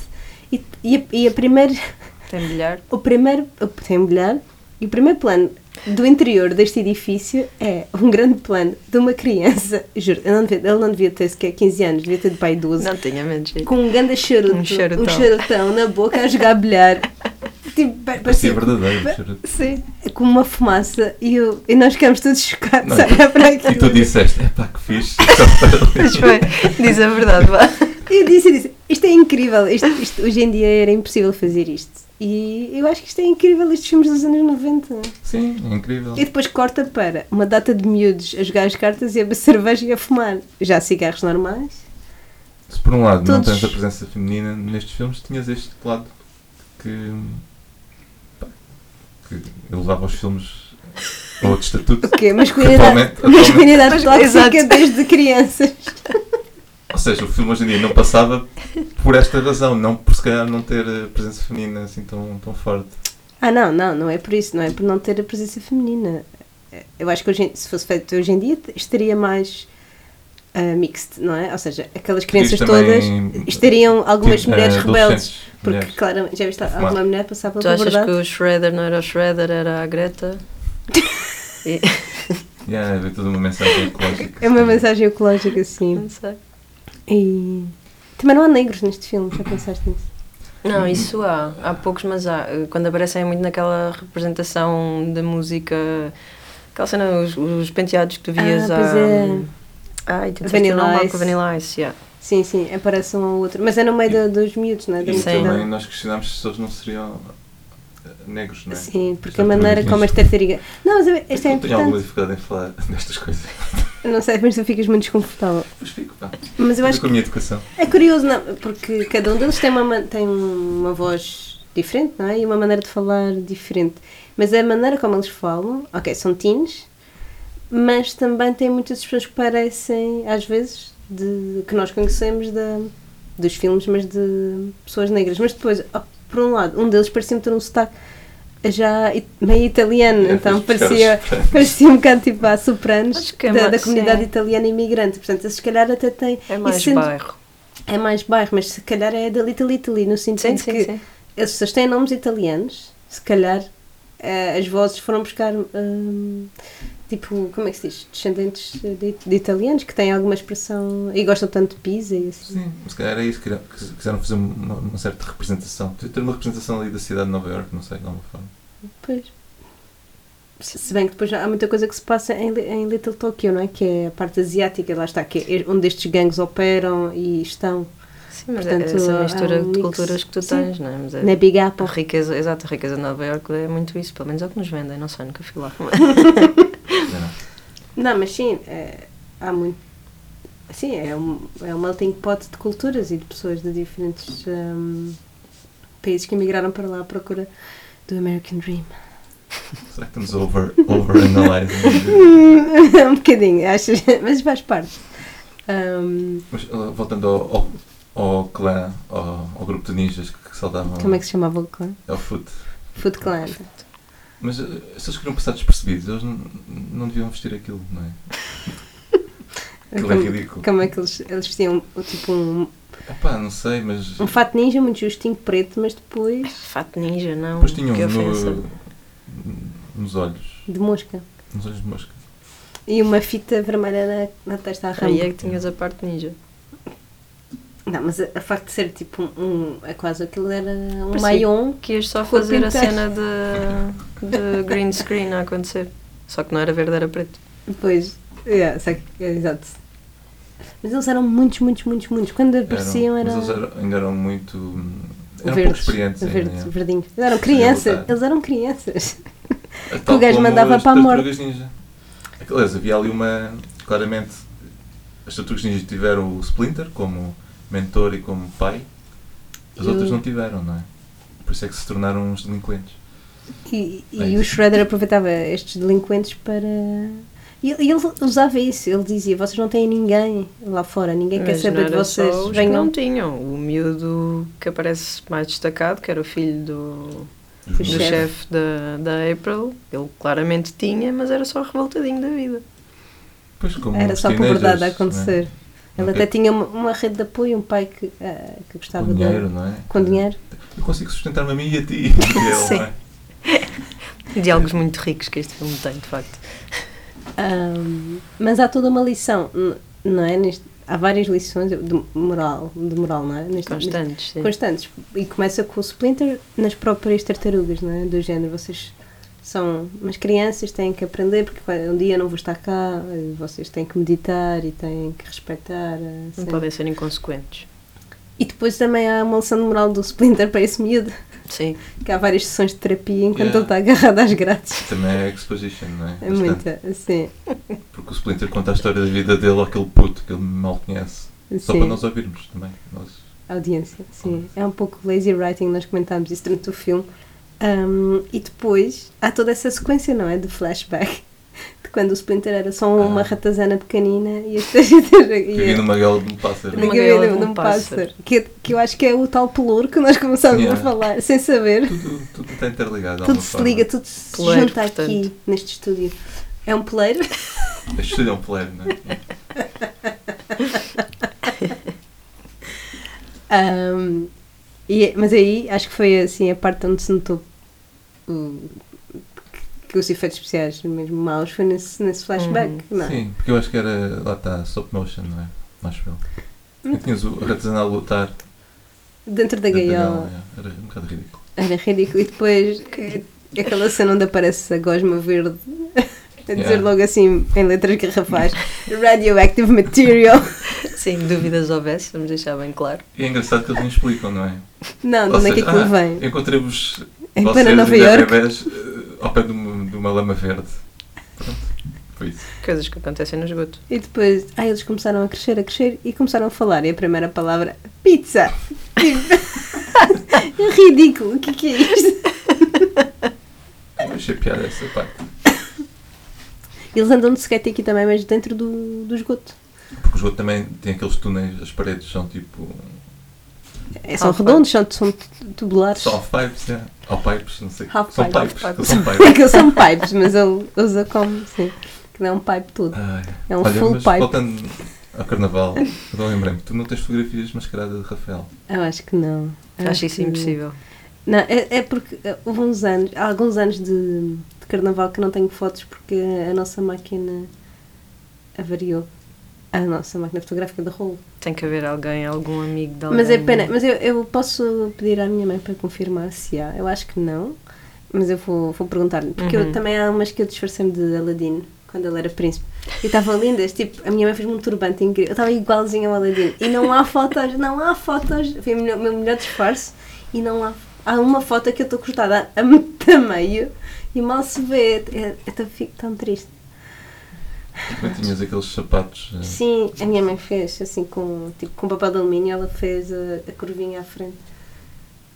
e, e, a, e a primeira, Tem bilhar. o primeiro tem um bilhar e o primeiro plano do interior deste edifício é um grande plano de uma criança, juro, ele não devia, ele não devia ter sequer 15 anos, devia ter de pai 12, Não tinha menos jeito. com um grande charuto, Um charutão. um charutão na boca a jogar bilhar. Tipo, pa- parecia- Parecia verdadeiro. juro. Sim. com uma fumaça e, eu- e nós ficamos todos chocados Não, a olhar para aquilo. E tu disseste, é pá, que fixe. Mas foi, diz a verdade, vá. Eu disse, eu disse, isto é incrível, isto, isto- hoje em dia era impossível fazer isto. E eu acho que isto é incrível, estes filmes dos anos 90. Sim, é incrível. E depois corta para uma data de miúdos a jogar as cartas e a beber cerveja e a fumar. Já cigarros normais. Se por um lado não Todos- tens a presença feminina nestes filmes, tinhas este lado que, pá, que elevava os filmes a outro estatuto. O quê? Atualmente- Masculinidade, atualmente- masculinidade Exato. tóxica desde crianças. Ou seja, o filme hoje em dia não passava por esta razão, não por se calhar não ter a presença feminina assim tão, tão forte. Ah, não, não, não é por isso, não é por não ter a presença feminina. Eu acho que hoje, em- se fosse feito hoje em dia, estaria mais ah, mixed, não é? Ou seja, aquelas crianças todas também- estariam algumas Sim, mulheres eh, rebeldes. adolescentes, Porque, mulheres. claramente, já viste A fumar. alguma mulher passar pela Tu achas que puberdade? o Shredder não era o Shredder, era a Greta? E- Yeah, havia toda uma mensagem ecológica. assim. É uma mensagem ecológica, sim. não sei. E... Também não há negros neste filme, já pensaste nisso? Não, isso há. Há poucos, mas há. Quando aparecem é muito naquela representação da música. Aquela cena, os, os um, penteados que tu vias Ah, pois é. a. Ai, tu disseste o Vanilla nome lá com Ice. o Vanilla Ice, yeah. Sim, sim, aparece um ao outro. Mas é no meio da- dos miúdos, não é? Da E Sim. também multidão. nós questionámos se eles não seriam eh, negros, não é? Sim, porque a Exatamente maneira como as isso. tartarigas. Não, mas é- isto é Eu tenho alguma importante. dificuldade em falar destas coisas. Não sei, mas tu ficas muito desconfortável. Mas fico, pá. Mas eu Mas acho com a minha educação. É curioso, não, porque cada um deles tem uma, ma- tem uma voz diferente, não é? E uma maneira de falar diferente. Mas a maneira como eles falam, ok, são teens, mas também tem muitas expressões que parecem, às vezes, de, que nós conhecemos da, dos filmes, mas de pessoas negras. Mas depois, oh, por um lado, um deles parecia-me ter um sotaque já it- meio italiano, É, então pois, parecia, percebes. parecia um bocado tipo a Sopranos Acho que é da, ma- da comunidade sim. italiana imigrante. Portanto, se calhar até tem. É e mais sendo- bairro. é mais bairro, mas se calhar é da Little Italy, no sentido Sim, de sim, que sim. as pessoas têm nomes italianos, se calhar eh, as vozes foram buscar hum, tipo, como é que se diz? Descendentes de, de italianos que têm alguma expressão e gostam tanto de pizza e assim. Sim, mas se calhar é isso, queria- quis- quiseram fazer uma, uma certa representação. Devia ter uma representação ali da cidade de Nova Iorque, não sei, de alguma forma. Pois. Se se bem que depois há muita coisa que se passa em, Li- em Little Tokyo, não é? Que é a parte asiática, lá está, que é onde estes gangues operam e estão. Sim, mas Portanto, é essa há mistura um de mix. culturas que tu Sim. Né, tens, não é? Mas é- Na Big a Apple. riqueza, exato, a riqueza de Nova Iorque é muito isso, pelo menos é o que nos vendem, não sei, nunca fui lá. Não é nada. Não, mas sim, é, há muito. Sim, é um, é um melting pot de culturas e de pessoas de diferentes hum, países que emigraram para lá à procura do American Dream. Será que estamos over, overanalyzing? um bocadinho, achas? Mas faz parte. Hum, Mas uh, voltando ao, ao, ao clã, ao, ao grupo de ninjas que, que saltavam como é que se chamava o clã? ao foot. Food Clan. Mas uh, se eles queriam passar despercebidos, eles não, não deviam vestir aquilo, não é? Aquilo é Como- ridículo. Como é que eles, eles vestiam tipo um, Epá, não sei, mas. um fato ninja muito justinho, preto, mas depois Fato ninja, não. Depois tinham que ofensa. no, nos olhos. de mosca. Nos olhos de mosca. E uma fita vermelha na, na testa à Aí rampa. é que tinhas a parte ninja. Não, mas a, a facto de ser tipo um, um- é quase aquilo era um Parecia maion. Que ias só Corpo fazer a inteiro. cena de, de green screen a acontecer. Só que não era verde, era preto. um, Pois, yeah, só que- é, exato. Mas eles eram muitos, muitos, muitos, muitos. Quando apareciam Eram- era. Mas eles eram- ainda eram muito. hum, Eram pouco verdes, experientes. ainda, verdes, é. verdinhos. Eles eram Sim, crianças, voltar. eles eram crianças. Tal como gajo mandava as para a Tartarugas Ninja. Aliás, havia ali uma. Claramente, as Tartarugas Ninja tiveram o Splinter como mentor e como pai, as Eu- outras não tiveram, não é? Por isso é que se tornaram uns delinquentes. E, e É isso. o Shredder aproveitava estes delinquentes para. E ele e ele usava isso, ele dizia: vocês não têm ninguém lá fora, ninguém quer Mas não saber é de era vocês. só os que Venham. não tinham. O miúdo que aparece mais destacado, que era o filho do, Dos chefe. do vilões. chefe da, da April, ele claramente tinha, mas era só revoltadinho da vida. Pois, como Era os só teenagers, verdade a não é? acontecer. Ele Nunca- até tinha uma, uma rede de apoio, um pai que, ah, que gostava com dinheiro, de. não é? Com dinheiro. Eu consigo sustentar-me a mim e a ti. porque ele, não é? Diálogos muito ricos que este filme tem, de facto. Ahm, mas há toda uma lição, n- não é? Neste- há várias lições de moral, de moral não é? Neste- neste- Constantes, sim. constantes. E começa com o Splinter nas próprias tartarugas, não é? Do género, vocês são umas crianças, têm que aprender, porque vai- um dia eu não vou estar cá, eh, vocês têm que meditar e têm que respeitar. eh, Não sim. podem ser inconsequentes. E depois também há uma lição de moral do Splinter para esse miúdo, Sim. que há várias sessões de terapia enquanto Yeah. ele está agarrado às grades. Também é exposition, não é? É Bastante. muita, sim. Porque o Splinter conta a história da vida dele àquele puto que ele mal conhece. Só sim. para nós ouvirmos também. Nós... audiência, sim. É um pouco lazy writing, nós comentámos isso durante o filme. Ahm, e depois há toda essa sequência, não é? De flashback. De quando o Splinter era só uma Ah. ratazana pequenina e as tartarugas. e Vivia a- numa gaiola de um pássaro. na Numa gaiola gaiola de de um um pássaro. pássaro. Que, que eu acho que é o tal pelouro que nós começámos Yeah. a falar, sem saber. Tudo, tudo está interligado. de Tudo alguma se forma. liga, tudo se Poleiro, junta aqui, portanto. neste estúdio. É um poleiro? A história é um plebe, não é? Ahm, e- mas aí acho que foi assim a parte onde se notou hum, que, que os efeitos especiais mesmo maus foi nesse, nesse flashback, não é? Sim, porque eu acho que era. Lá está, stop motion, não é? Acho eu. Hum. E tinhas o ratazana a lutar Dentro da dentro da gaiola. é. Era um bocado ridículo. Era ridículo. E depois eh, aquela cena onde aparece a gosma verde a dizer Yeah. logo assim em letras garrafais radioactive material. Sim, dúvidas houvesse, vamos deixar bem claro. E é engraçado que eles não explicam, não é? Não, de Ou onde é que seja, aquilo ah, vem? Encontrei-vos É vocês para Nova ainda Iorque. bebés, eh, ao pé de uma, de uma lama verde. Pronto. Foi isso. Coisas que acontecem no esgoto. E depois, ah, eles começaram a crescer, a crescer e começaram a falar. E a primeira palavra, pizza! é ridículo, o que, que é isto? Eu achei piada essa parte. Eles andam de skate aqui também, mas dentro do, do esgoto. Porque o jogo também tem aqueles túneis, as paredes são tipo. É, são Half redondos, são, são tu- tubulares. São off-pipes, é? Off-pipes, não sei. Half são pipe, pipes, half eles são É pipes. que eles são pipes, mas ele usa como, sim. Que não é um pipe todo. Ai. É um Olha, full mas pipe. Voltando ao carnaval, eu lembrei-me, tu não tens fotografias mascarada de Rafael. Eu acho que não. Eu Acho isso que- impossível. Não, é, é porque eh, houve uns anos, há alguns anos de, de carnaval que eu não tenho fotos porque a nossa máquina avariou. A nossa máquina fotográfica de rolo. Tem que haver alguém, algum amigo de alguém. Mas é pena, mas eu, eu posso pedir à minha mãe para confirmar se há. Eu acho que não, mas eu vou, vou perguntar-lhe. Porque eu, também há umas que eu disfarcei-me de Aladino quando ele era príncipe. E estavam lindas, tipo, a minha mãe fez-me um turbante incrível. Eu estava igualzinha ao Aladino. E não há fotos, não há fotos. Foi o meu, meu melhor disfarce. E não há. Há uma foto que eu estou cortada a, a meio e mal se vê. Eu, eu fico tão triste. Quando é tinhas aqueles sapatos. eh, Sim, a minha mãe fez, assim, com, tipo, com papel de alumínio, ela fez a, a curvinha à frente.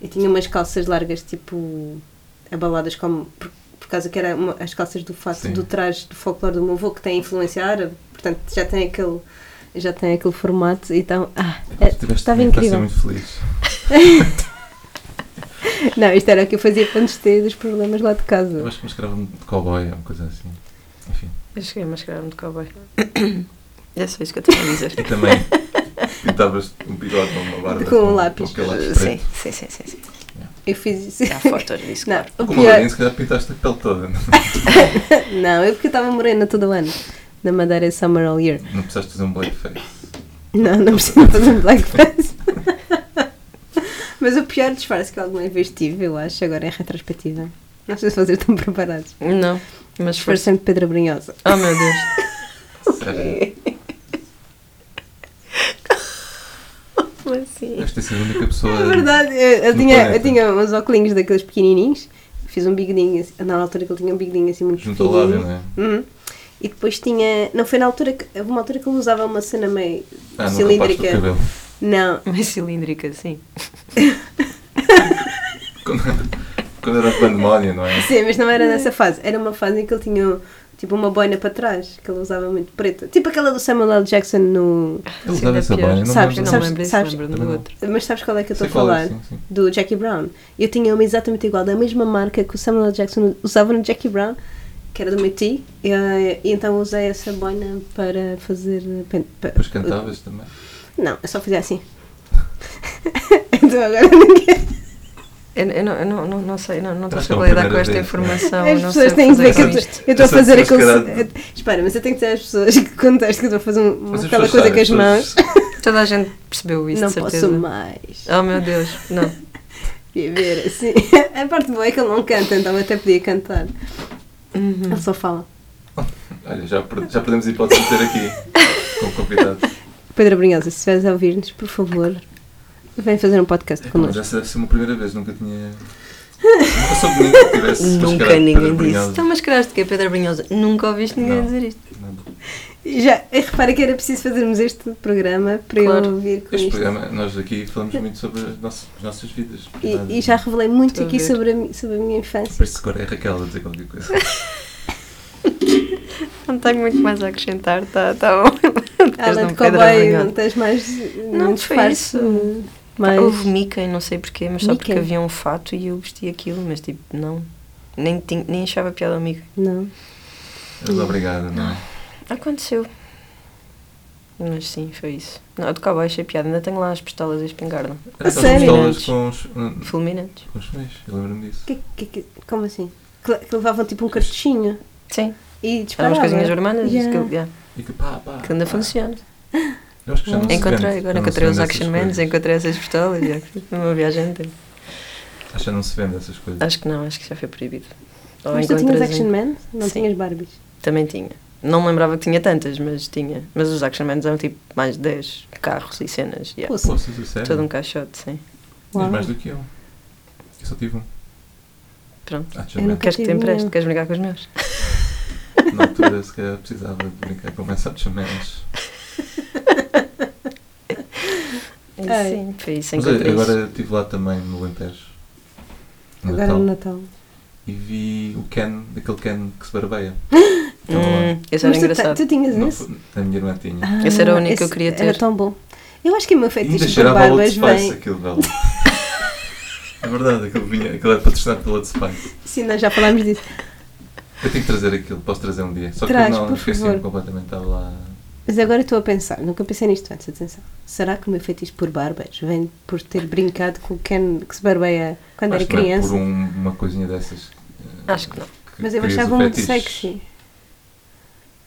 Eu tinha umas calças largas, tipo, abaladas como, por, por causa que era uma- as calças do fato, Sim. do traje, do folclore do meu avô, que tem influência árabe, portanto, já tem aquele, já tem aquele formato, então, ah, é- tu tiveste estava uma infância incrível. muito feliz. Não, isto era o que eu fazia para nos ter dos problemas lá de Eu casa. acho que mascarava-me de cowboy, uma coisa assim. Enfim. Eu cheguei a mascarar-me de cowboy. É só isso que eu tenho a dizer. E também pintavas um bigode ou uma barba. Com um lápis. aquele lápis sim, preto. sim, sim, sim, sim. Eu fiz isso. Há fotos disso. Não, claro. o Como pior- alguém, se calhar pintaste a pele toda. Não, é? não, eu porque eu estava morena todo o ano. Na Madeira é Summer All Year. não precisaste fazer um blackface. Não, não precisa fazer um blackface. Mas o pior disfarce que alguma vez tive, eu acho, agora em retrospectiva. Não sei se vocês estão preparados. Não, mas foi. Disfarce de Pedra Brunhosa. Oh meu Deus. Sério. Como assim? Deves ter sido a única pessoa. É verdade, eu, eu No tinha, eu planeta. tinha uns óculos daqueles pequenininhos, fiz um bigodinho, assim- na altura que ele tinha um bigodinho assim muito Junto ao lábio, pequenininho. não é? Uhum. E depois tinha. Não foi na altura que. Houve uma altura que ele usava uma cena meio Ah, não tapaste o cilíndrica. cabelo. Não, Uma cilíndrica, sim. Quando, quando era pandemónia, não é? Sim, mas não era nessa fase. Era uma fase em que ele tinha tipo uma boina para trás, que ele usava muito preta. Tipo aquela do Samuel L. Jackson no. Ele usava essa pior. boina, não Sabes, me lembro. não me sabes- lembro disso, sabes- lembro-me Também do não. outro. Mas sabes qual é que eu estou a Sei qual falar? é, sim, sim. Do Jackie Brown. Eu tinha uma exatamente igual, da mesma marca que o Samuel L. Jackson usava no Jackie Brown, que era do meu tio. E, eh, e então usei essa boina para fazer. eh, pen- pa- Depois cantavas também. Não, eu só fazia assim. então agora ninguém. Eu, eu não, eu não, não, não sei, não, não Acho consigo que é a lidar com esta primeira vez, informação. As Então, não pessoas sei têm que ver fazer que eu com estou- isto. eu estou a Essas fazer aquele. eh, pessoas, Espera, mas eu tenho que dizer às pessoas que contexto que eu estou a fazer um- Mas as aquela pessoas coisa sabem, com as as pessoas- mãos. Toda a gente percebeu isso, não de certeza. posso mais Oh meu Deus, não. viver assim. A parte boa é que ele não canta, então eu até podia cantar. Uhum. Ele só fala. Olha, já, per- já perdemos a hipótese de ter aqui como convidado. Pedro Brunhosa, se estiveres a ouvir-nos, por favor, vem fazer um podcast Mas connosco. essa deve ser uma primeira vez, nunca tinha. Nunca soube de ninguém que tivesse. Nunca mascarado de ninguém Pedro disse. Brunhosa. Então mascaraste que é Pedra Brunhosa. Nunca ouviste ninguém Não. dizer isto. Já, e repara que era preciso fazermos este programa para Claro. eu ouvir com Este isto. programa, nós aqui falamos muito sobre as nossas, as nossas vidas. E, e já revelei muito Estou a aqui ver. sobre a, mi- sobre a minha infância. Parece que agora é a Raquel a dizer qualquer coisa. Não tenho muito mais a acrescentar, está tá bom. Depois Alan não de Pedra cowboy, Brunhosa. não tens mais. Não, nenhum foi disfarce, isso. Mas Houve um- Mickey, não sei porquê, mas só porque Mickey? havia um fato e eu vesti aquilo, mas tipo, não. Nem, tinha- nem achava piada ao Mickey. não. Mas obrigada, não é? Aconteceu. Mas sim, foi isso. Não, de cowboy achei piada, ainda tenho lá as pistolas e a é? espingarda. Era só sério? pistolas com os, com Fulminantes. os feios, eu lembro-me disso. Que- que- que- como assim? Que, que levavam tipo um cartuchinho Sim, e eram disparavam. umas coisinhas vermelhas, isso que, Ah, Yeah. eu- yeah, E que pá, pá. que ainda pá. funciona. Eu acho que já não se Encontrei, vende, agora já não se encontrei os vende essas Action Mans, coisas. encontrei essas pistolas, é yeah, numa viagem. inteira. Acho que já não se vende essas coisas. Acho que não, acho que já foi proibido. Ou Mas tu tinhas encontras em- Action Man? Não Sim. tinhas Barbies? Também tinha. Não me lembrava que tinha tantas, mas tinha. Mas os Action Mans eram tipo mais 10 carros e cenas. Yeah. Poxa. Poças, a sério? Todo um caixote, sim. Tens Uau. mais do que eu. Eu só tive um. Pronto. Ah, já Eu bem. nunca- Queres que te tive empreste? nenhum. Queres brincar com os meus? Na altura, se calhar, precisava de brincar com mais chamamentos. E Ai. Sim, foi isso. Mas Encontrei olha, isso. agora é estive lá também no Alentejo. No Agora Natal. no Natal. E vi o Ken, daquele Ken que se barbeia. Estava lá. Hum, esse era Mas tu te- engraçado. Tu, tinhas Não isso? foi- A minha irmã tinha. Esse era o Ah, único que eu esse queria Era ter. tão bom. Eu acho que o meu Ainda fetiche por cheirava a Old barbas Spice vem. aquele velho. É verdade, aquele, vinha, aquele é patrocinado pela Old Spice. Sim, nós já falámos disso. Eu tenho que trazer aquilo, posso trazer um dia. Só que Traz, eu não por esqueci favor. completamente, estava lá Mas agora estou a pensar, nunca pensei nisto antes, atenção. Será que o meu fetiche por barbas vem por ter brincado com o Ken que se barbeia quando Acho era que não é criança? Por um- uma coisinha dessas. eh, Acho que não. que Mas eu crias o achava muito fetiche. sexy.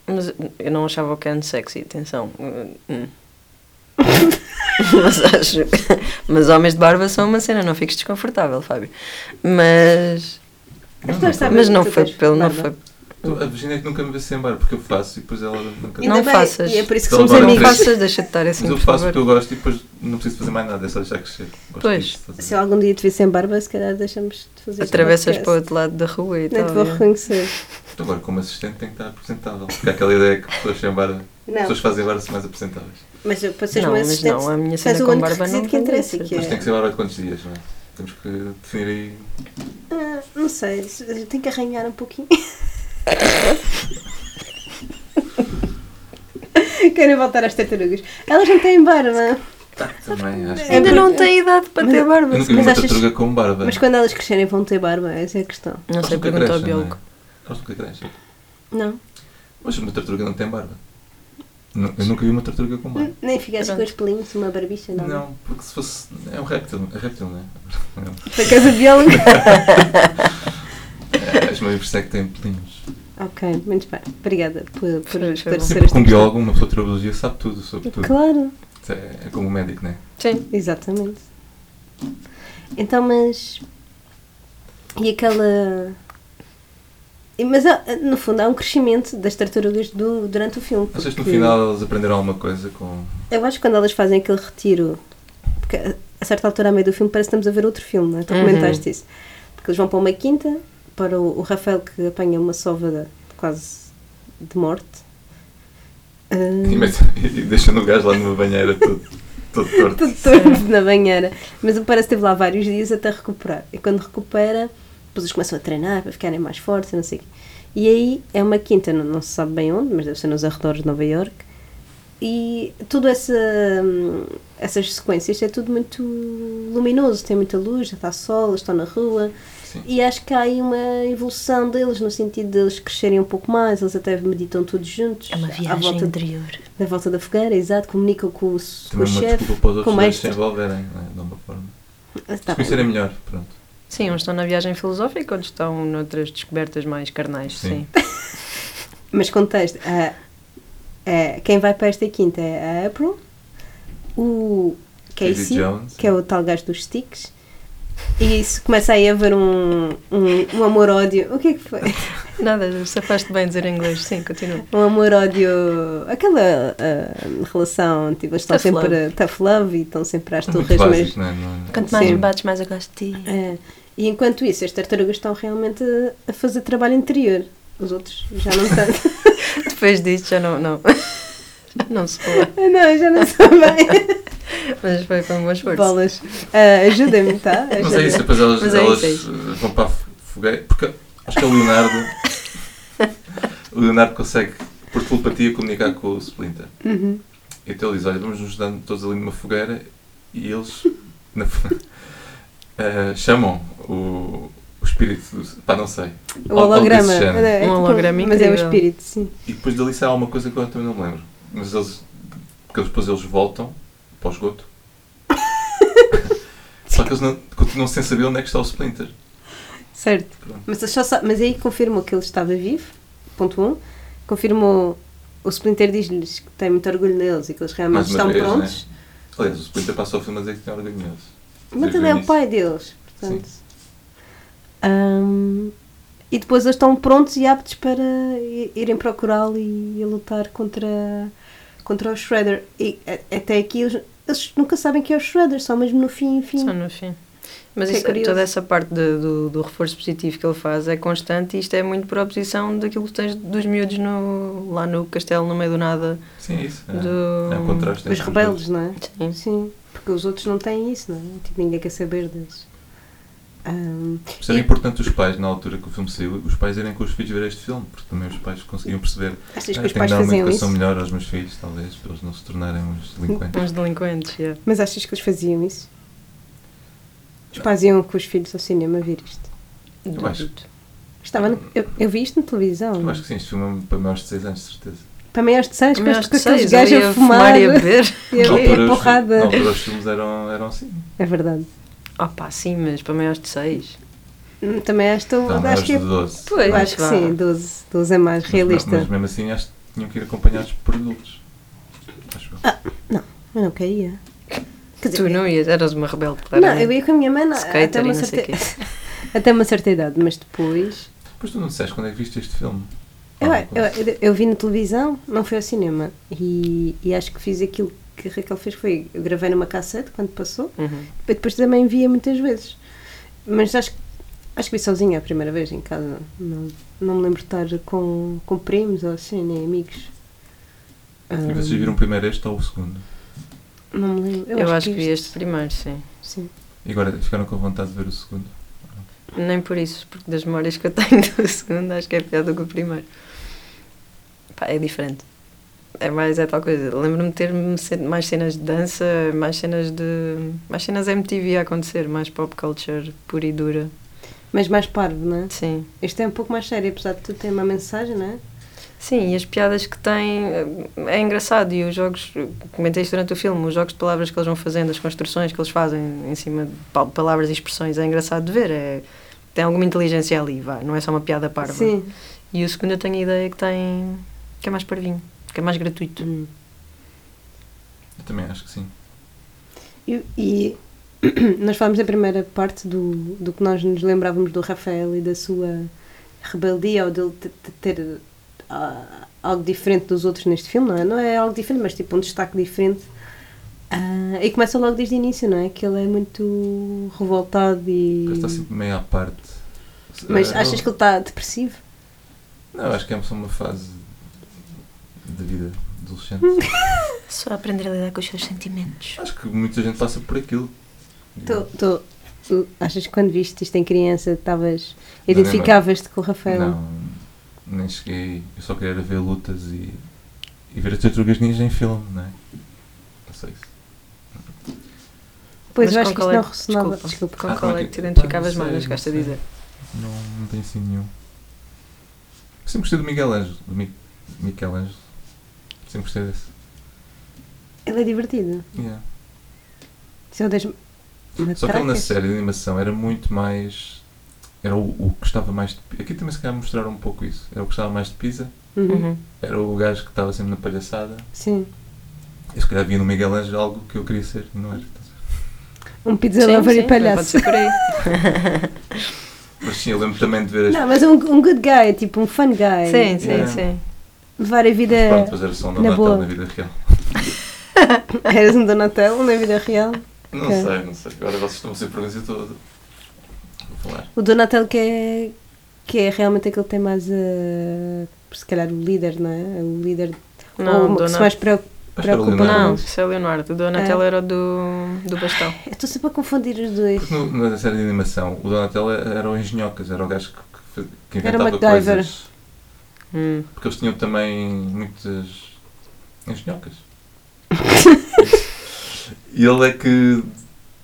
Mas eu não achava o Ken sexy, atenção. Hum. mas acho. Mas homens de barba são uma cena, não fiques desconfortável, Fábio. Mas. Não, Mas não, Sabe mas que não tu foi tens pelo. Não barba? foi, tu- A Virginia é que nunca me vê sem bar, porque eu faço e depois ela nunca. Não Ainda bem, faças. E é por isso que Então somos agora não amigos. fez. faças, deixa de estar assim. Mas eu por faço favor. porque eu gosto e depois não preciso fazer mais nada, é só deixar crescer. Gosto Pois. disso, estás a ver? Se eu algum dia te vir sem barba, se calhar deixamos de fazer este Atravessas podcast. para o outro lado da rua Nem e tal. te vou é. reconhecer. Então Agora, como assistente, tem que estar apresentável. Porque há aquela ideia que pessoas sem bar, pessoas que fazem bar são mais apresentáveis. Mas eu, para seres Não, meu mas assistente, não, a minha faz cena o com único barba não requisito que vale interessa, isso. que Mas tem é... que ser bar de quantos dias, não é? Temos que definir aí. Ah, não sei, eu tenho que arranhar um pouquinho. Querem voltar às tartarugas. Elas não têm barba. Tá, Também, acho que. É Ainda não tem idade para ter barba. Eu nunca vi é? Mas uma achas- tartaruga com barba. Mas é quando elas crescerem vão ter barba, essa é a questão. Não Elas sei, nunca pergunta ao crescem, não é? biólogo. Elas nunca crescem. Não. Mas uma tartaruga não tem barba. Nu- Eu nunca vi uma tartaruga com barba. Nem ficaste com os pelinhos, uma barbicha, não. Não, porque se fosse. É um réptil, é réptil, não é? Foi casa de biólogo. É, Acho uma impressão que tem pelinhos. ok, muito bem. Obrigada por, por Foi- foi bom. esclarecer Sempre esta com questão. um biólogo, uma pessoa de biologia sabe tudo sobre tudo. Claro, É é como um médico, não é? Sim. exatamente. Então, mas. E aquela. e- Mas há- no fundo há um crescimento das tartarugas do- durante o filme. Achas que no porque- final eles aprenderam alguma coisa com. Eu acho que quando elas fazem aquele retiro, porque a- a certa altura, a meio do filme, parece que estamos a ver outro filme, não é? Tu Uhum. comentaste isso. Porque eles vão para uma quinta, para o, o Rafael que apanha uma sova de- quase de morte. Ah, E, mete- e deixando o gajo lá numa banheira todo, todo torto. Tudo torto na banheira. Mas ele parece que esteve lá vários dias até recuperar. E quando recupera, depois eles começam a treinar para ficarem mais fortes, e não sei o quê. E aí é uma quinta, não, não se sabe bem onde, mas deve ser nos arredores de Nova York. E tudo essa, hum, essas sequências é tudo muito luminoso, tem muita luz, já está sol, eles estão na rua. Sim. E acho que há aí uma evolução deles, no sentido deles crescerem um pouco mais, eles até meditam todos juntos. É uma à viagem volta interior. da volta da fogueira, exato, comunicam com o, s- com o Também é uma chefe, desculpa para os com o outros dois se mestre. envolverem, não é? de uma forma. Ah, tá Se bem. conhecerem melhor, pronto. Sim, uns estão na viagem filosófica, outros estão noutras descobertas mais carnais, Sim. sim. Mas contexto, ah, ah, quem vai para esta quinta é a April, o Casey, Casey Jones. que é o tal gajo dos sticks, e isso começa aí a haver um, um, um amor-ódio. O que é que foi? Nada, safaste bem dizer inglês, sim, continua. Um amor-ódio. Aquela ah, relação, tipo, eles estão Tough sempre love. a tough love e estão sempre às Muito turras, mas. básico, não é? Não é? Quanto mais Sim. me bates, mais eu gosto de ti. É. E enquanto isso, as tartarugas estão realmente a- a fazer trabalho interior. Os outros já não tanto. Depois disso já não, não. Já não se fala. Ah, não, já não sou bem. Mas foi com um bom esforço. Bolas. Ah, Ajuda-me, tá? Mas é isso, depois elas, Mas é elas isso, é isso. eh, vão para a fo- fogueira. Porque acho que é o Leonardo. o Leonardo consegue, por telepatia, comunicar com o Splinter. Uhum. Então ele diz: Olha, vamos nos dando todos ali numa fogueira. E eles na fo- eh, chamam o, o espírito. Do, pá, não sei. O Algo desse holograma. género. Não, é Um tipo- holograma Mas é o incrível. espírito, sim. E depois dali sai alguma coisa que eu também não me lembro. Mas eles. Porque depois eles voltam para o esgoto. Só que eles não, continuam sem saber onde é que está o Splinter. Certo. Pronto. Mas, eles só sa- mas aí confirmou que ele estava vivo, ponto 1. Um. Confirmou. O Splinter diz-lhes que tem muito orgulho neles e que eles realmente Mais uma estão vez, prontos. Aliás, o Splinter passou o filme a dizer que tinha orgulhoso. Mas ele é o pai deles, portanto. Sim. Ahm, e depois eles estão prontos e aptos para i- irem procurá-lo e, e lutar contra, contra o Shredder. E a- até aqui eles, eles nunca sabem quem é o Shredder, só mesmo no fim, fim. Só no fim. Mas Que é isso- curioso. toda essa parte de- do, do reforço positivo que ele faz é constante e isto é muito por oposição daquilo que tens dos miúdos no- lá no castelo, no meio do nada. Sim, é isso. É, Do- é um contraste. Os entre rebeldes, não é? Sim. Sim, porque os outros não têm isso, não é? Tipo, ninguém quer saber deles. Ahm, dois. Por isso era importante os pais, na altura que o filme saiu, os pais irem com os filhos ver este filme, porque também os pais conseguiam perceber. achas "Ah, que os pais tenho que dar uma faziam educação isso? melhor aos meus filhos, talvez, para eles não se tornarem uns delinquentes. Uns delinquentes, yeah. Mas achas que eles faziam isso? Os pais iam com os filhos ao cinema ver isto? Eu acho. Duvido. Estava no- eu, eu vi isto na televisão. Hum. um Eu acho que sim, este filme é para maiores de 6 anos, de certeza. Para maiores de seis, Maiores depois com de aqueles seis, gajos eu ia a fumar. e a beber. e a- e a Na altura, os- na é porrada. altura os filmes eram, eram assim. É verdade. Ah pá, sim, mas para maiores de 6. Hum, Também esta, Então, acho maiores que é. de 12. Pois, eu acho que vá. sim, 12, 12 é mais Mas- realista. Mas, mesmo assim acho que tinham que ir acompanhados por adultos. Acho eu. Ah. Eu não caía. Quer dizer, Tu não ias, eras uma rebelde, não, claramente. eu ia com a minha mãe na- Skater até, uma e não sei certa, até uma certa idade, mas depois. Depois tu não disseste quando é que viste este filme. Eu, Ah, é- Alguma coisa. eu- eu- eu vi na televisão, não foi ao cinema. E, e acho que fiz aquilo que a Raquel fez: foi eu gravei numa cassete quando passou, Uhum. e depois também via muitas vezes. Mas acho, que- acho que vi sozinha a primeira vez em casa. Não, não me lembro de estar com, com primos ou assim, nem amigos. Ah, E vocês viram primeiro este ou o segundo? não me lembro. Eu, acho que vi este primeiro, sim. Sim. E agora ficaram com vontade de ver o segundo. Nem por isso, porque das memórias que eu tenho do segundo, acho que é pior do que o primeiro. Pá, é diferente. É mais, é tal coisa. Lembro-me de ter ce- mais cenas de dança, mais cenas de. mais cenas MTV a acontecer, mais pop culture pura e dura. Mas mais parvo, não é? Sim. Este é um pouco mais sério, apesar de tudo ter uma mensagem, não é? Sim, e as piadas que têm eh, é engraçado. E os jogos, eu comentei isso durante o filme, os jogos de palavras que eles vão fazendo, as construções que eles fazem em cima de pa- palavras e expressões, é engraçado de ver. É, tem alguma inteligência ali, vá, não é só uma piada parva. Sim. E o segundo eu tenho a ideia que tem. que é mais parvinho, que é mais gratuito. Eu também acho que sim. E, e nós falámos na primeira parte do, do que nós nos lembrávamos do Rafael e da sua rebeldia ou dele te- te- ter ah, algo diferente dos outros neste filme, não é? Não é algo diferente, mas tipo um destaque diferente. Ah, e começa logo desde o início, não é? Que ele é muito revoltado e. Porque está sempre meio à parte. Mas Eh, achas que ele está depressivo? Não, acho que é só uma fase de vida adolescente. Só aprender a lidar com os seus sentimentos. acho que muita gente passa por aquilo. Tu, tu- tu achas que quando viste isto em criança estavas. identificavas-te com o Rafael? Não, nem cheguei. Eu só queria era ver lutas e, e ver as tartarugas ninja em filme, não é? Não sei se. Pois Mas eu acho com que isto qual é- não ressonava. desculpa. Desculpa. Com Ah, qual como é é que- que te identificavas Ah, não mais, sei, mais, chegaste a não sei. dizer? Não, não tenho assim nenhum. Eu sempre gostei do Miguel Ângelo. Do Mi Miguel Ângelo. Sempre gostei desse. Ele é divertido. Yeah. Se eu das Só que ele na matracas. série de animação era muito mais. Era o, o que gostava mais de. pi- Aqui também se calhar mostraram um pouco isso. Era o que gostava mais de pizza. Uhum. Uhum. Era o gajo que estava sempre na palhaçada. Sim. Eu se calhar via no Miguel Ângelo algo que eu queria ser. Não era. estás a ver? Um pizza Sim, lover sim, e também Pode palhaço. ser por aí. Mas sim, eu lembro também de ver as. Não, mas um, um good guy, tipo um fun guy. Sim, sim, Yeah. sim. Levar a vida. Mas pronto, fazer o som da eh, na Natal boa. na vida real. Eras um Donatello na vida real. Não Ok. sei, não sei. Agora vocês estão a ser perguntas toda. Vou falar. O Donatello que é, que é realmente aquele que tem mais. eh, se calhar o líder, não é? É O líder. Não, ou o que se Dona- mais preocupa. Acho que era o Preocupa- Leonardo. Não, isso é o Leonardo. O Donatello era o do, do bastão. Eu Estou sempre a confundir os dois. Porque no- na série de animação, o Donatello era o engenhocas, era o gajo que- que, faz- que Era inventava MacGyver. coisas. Hum. Porque eles tinham também muitas engenhocas. e ele é que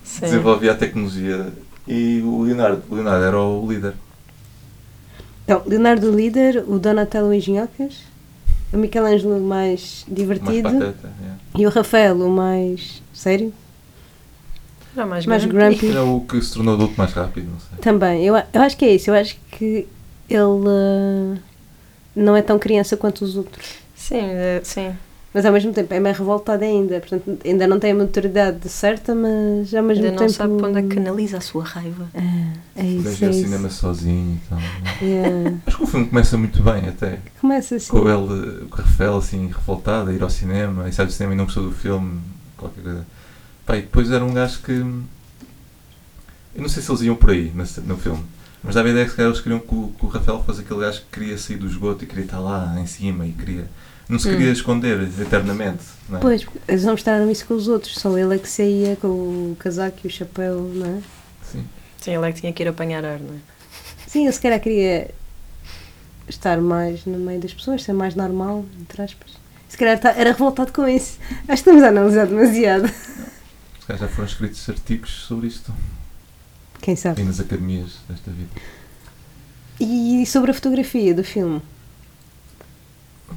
Sim. desenvolvia a tecnologia. E o Leonardo, o Leonardo era o líder. Então, Leonardo o líder, o Donatello o engenhocas, o Michelangelo o mais o Mais divertido pateta. é. e o Rafael o mais sério. Era mais, mais grumpy. grumpy. Era o que se tornou adulto mais rápido, não sei. Também, eu, a- eu acho que é isso. Eu acho que ele ah, não é tão criança quanto os outros, Sim, é- sim. mas ao mesmo tempo é mais revoltado ainda. Portanto, ainda não tem a maturidade certa, mas ao mesmo Ainda tempo. não sabe para onde é que canaliza a sua raiva. É Podes isso, é ir ao isso. cinema sozinho e tal. não é? Yeah. Acho que o filme começa muito bem, até. Começa assim. Com ele, com o Rafael, assim, revoltado, a ir ao cinema, e sai do cinema e não gostou do filme, qualquer coisa. Pá, e depois era um gajo que. Eu não sei se eles iam por aí na ce- no filme, mas dava a ideia que se calhar eles queriam que o, que o Rafael fosse aquele gajo que queria sair do esgoto e queria estar lá em cima e queria. Não se queria esconder eternamente, não é? Pois, eles não mostraram isso com os outros, só ele é que saía com o casaco e o chapéu, não é? Sim. Sim, ele é que tinha que ir apanhar ar, não é? Sim, eu se calhar queria estar mais no meio das pessoas, ser mais normal, entre aspas. Se calhar tá- era revoltado com isso. Acho que estamos a analisar demasiado. Se calhar já foram escritos artigos sobre isto Quem sabe? aí nas academias desta vida. E sobre a fotografia do filme?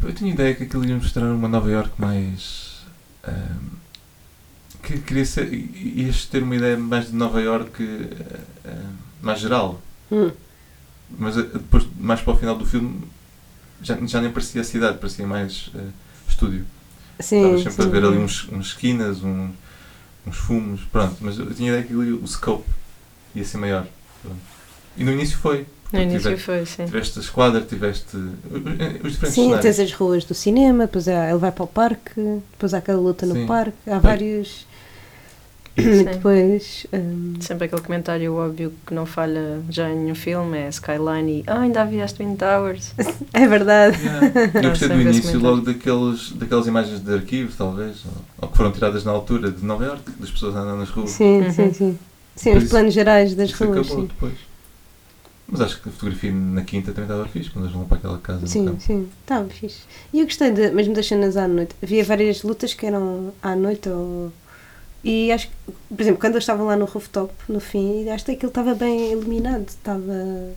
Eu tinha ideia que aquilo ia mostrar uma Nova York mais. ahm, que queria ser. i- ias ter uma ideia mais de Nova York mais geral. Hum. Mas eh, depois, mais para o final do filme, já, já nem parecia cidade, parecia mais eh, estúdio. Sim, Estava sempre assim, sim. a ver ali uns, uns esquinas, um- uns fumos, pronto. Mas eu tinha ideia que ali o scope ia ser maior. pronto. E no início foi. porque No início tive- foi, sim. Tiveste a esquadra, tiveste eh, os diferentes Sim, cenários. tens as ruas do cinema, depois há- ele vai para o parque, depois há aquela luta Sim. no parque, há vários. E depois. hum, Sempre aquele comentário óbvio que não falha já em nenhum filme é Skyline e ah, ainda havia as Twin Towers. é verdade. Yeah. Eu Não, gostei sem do ver início comentários. logo daqueles, daquelas imagens de arquivo, talvez, ou, ou que foram tiradas na altura de Nova York, das pessoas andando nas ruas. Sim, Uhum. sim, sim. Sim, Pois os planos gerais das Isso ruas. acabou Sim, depois. Mas acho que a fotografia na quinta também estava fixe, quando eles vão para aquela casa. no sim, campo. sim. Estava fixe. E eu gostei de, mesmo das cenas à noite. Havia várias lutas que eram à noite ou. E acho que, por exemplo, quando eles estavam lá no rooftop, no fim, acho que aquilo estava bem iluminado, estava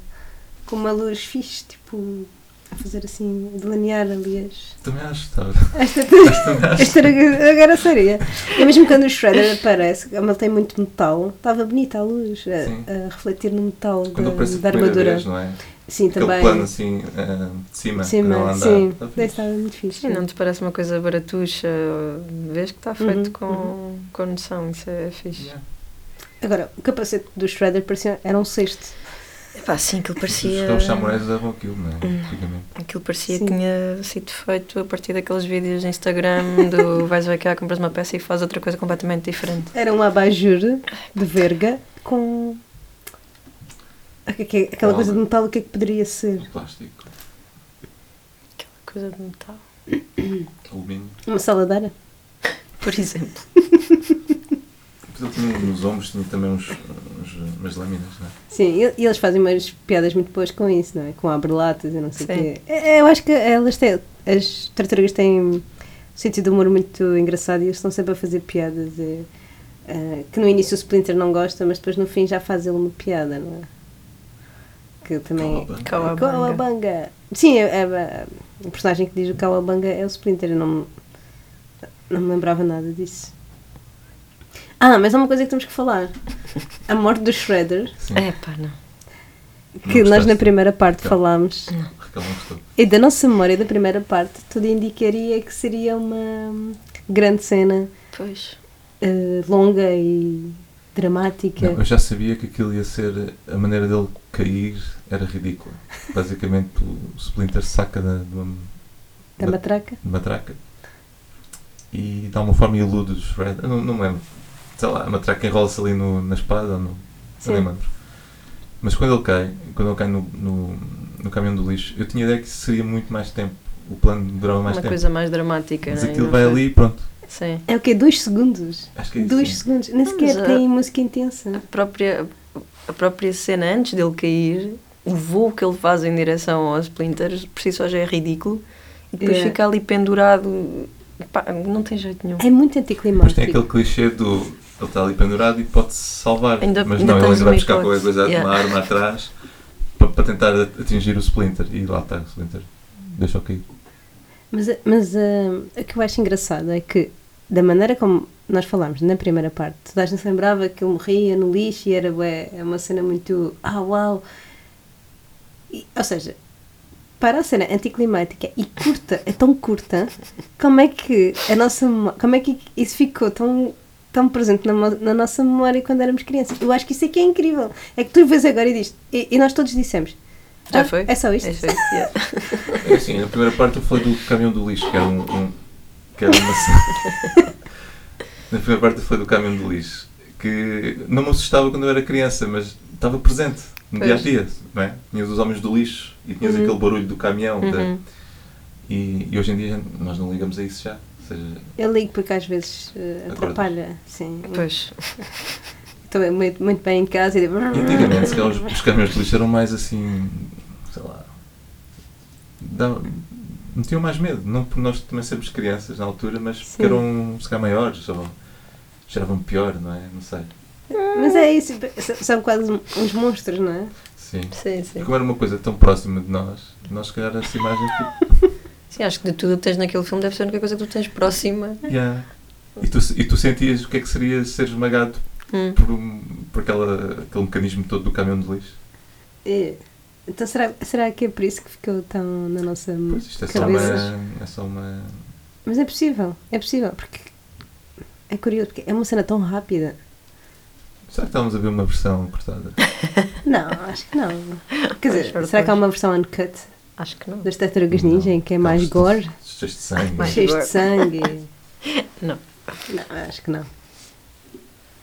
com uma luz fixe, tipo, a fazer assim, a delinear ali as, Também acho que estava. Esta, esta era, agora seria. E mesmo quando o Shredder aparece, como ele tem muito metal, estava bonita a luz Sim. a, a refletir no metal Quando aparece da, a da primeira armadura. vez, não é? sim, Aquele também. plano assim, ah, de cima, de cima, quando ela anda. sim, Está fixe. estava muito fixe. Sim, Uhum, não te parece uma coisa baratuxa, vês que está feito com, com noção, isso é fixe. Yeah. Agora, o capacete do Shredder parecia, era um cesto. Epá, É sim, aquilo Os parecia. robôs samurais usavam aquilo, não é? Antigamente. Aquilo parecia Sim. que tinha sido feito a partir daqueles vídeos no Instagram do vais ver cá, compras uma peça e faz outra coisa completamente diferente. Era um abajur de verga com. aque- aque- Aquela Com coisa de algo. metal, o que é que poderia ser? O plástico, Aquela coisa de metal. alumínio. Uma saladeira? Por exemplo. Depois ele tinha nos ombros, tinha também uns, uns- umas lâminas, não é? Sim, e- e eles fazem umas piadas muito boas com isso, não é? Com abre-latas e não sei o Sim. quê. É- é, Eu acho que elas têm. As tartarugas têm um sentido de humor muito engraçado e eles estão sempre a fazer piadas. é, eh, que no início o Splinter não gosta, mas depois no fim já faz ele uma piada, não é? Que também. Cowabunga. Cowabunga. Cowabunga. Sim, é, é- o personagem que diz o Cowabunga é o Splinter. Eu não, me- não me lembrava nada disso. Ah, mas há uma coisa que temos que falar. A morte do Shredder Sim. É pá, não. que Não nós na gostaste? primeira parte Tá. falámos Raquel não gostou. e da nossa memória da primeira parte tudo indicaria que seria uma grande cena Pois. eh, longa e é? dramática Não, eu já sabia que aquilo ia ser. A maneira dele cair era ridícula. Basicamente, o Splinter saca da, de uma da matraca de matraca e dá uma forma e ilude o Shredder. Eu Não, não me lembro. Sei lá, a matraca enrola-se ali no- na espada ou no. Eu nem me lembro. Mas quando ele cai, quando ele cai no, no, no caminhão do lixo, eu tinha ideia que seria muito mais tempo. O plano durava mais uma tempo. coisa mais dramática, Mas não é? aquilo Não vai foi- ali e pronto. Sim. é o quê? Dois segundos? Acho que é isso. Dois sim. segundos, nem Não, sequer mas, tem música intensa. A própria, a própria cena antes dele cair, o voo que ele faz em direção aos splinters, por si só já é ridículo, e depois Yeah. fica ali pendurado. Pá, não tem jeito nenhum. É muito Depois tem aquele anticlimático. clichê do ele está ali pendurado e pode-se salvar. Ainda- mas ainda não, ele tens ainda vai uma buscar qualquer hipótese. coisa, Yeah. uma arma atrás para, para tentar atingir o Splinter. E lá está o Splinter. Deixa eu cair. Mas, mas ah, o que eu acho engraçado é que, da maneira como nós falámos na primeira parte, toda a gente se lembrava que ele morria no lixo e era bué, é uma cena muito. Ah, uau! E, ou seja, para a cena anticlimática e curta, é tão curta, como é que a nossa memó- como é que isso ficou tão, tão presente na, mo- na nossa memória quando éramos crianças? Eu acho que isso é que é incrível. É que tu vês agora e dizes, e, e nós todos dissemos, Já "Ah, foi? É só isto. É só isto, yeah. É assim, na primeira parte eu falei do caminhão do lixo, que era um. um- que era uma ce- na primeira parte eu falei do caminhão do lixo, que não me assustava quando eu era criança, mas estava presente no Pois. dia a dia, não é? Tinhas os homens do lixo e tinhas Uhum. aquele barulho do caminhão. da- Uhum. e, e hoje em dia nós não ligamos a isso já. Ou seja, Eu ligo porque às vezes eh, Acordas. atrapalha. Sim. Pois. Estou muito, muito bem em casa e digo. antigamente se calhar, os, os caminhões de lixo eram mais assim. sei lá. dava- metiam mais medo, não por nós também sermos crianças na altura, mas porque Sim. eram se calhar maiores ou cheiravam pior, não é? Não sei. Mas é isso, s- são quase um, uns monstros, não é? Sim. Sim, E sim. como era uma coisa tão próxima de nós, nós se calhar essa imagem tipo, Sim, acho que de tudo o que tens naquele filme deve ser a única coisa que tu tens próxima. Yeah. E, tu, e tu sentias o que é que seria ser esmagado Hum. por, um, por aquela, aquele mecanismo todo do caminhão de lixo? É. Então será, será que é por isso que ficou tão na nossa Pois isto é só uma. cabeça? É só uma. Mas é possível, é possível, porque é curioso, porque é uma cena tão rápida. Será que estávamos a ver uma versão cortada? Não, acho que não. Quer dizer, Pois, será que há pois. uma versão uncut Acho que não. das Tartarugas Ninja em que é Não, mais isto- gore, isto Cheio de sangue. Mais cheio de gore. sangue? Não. Não, acho que não.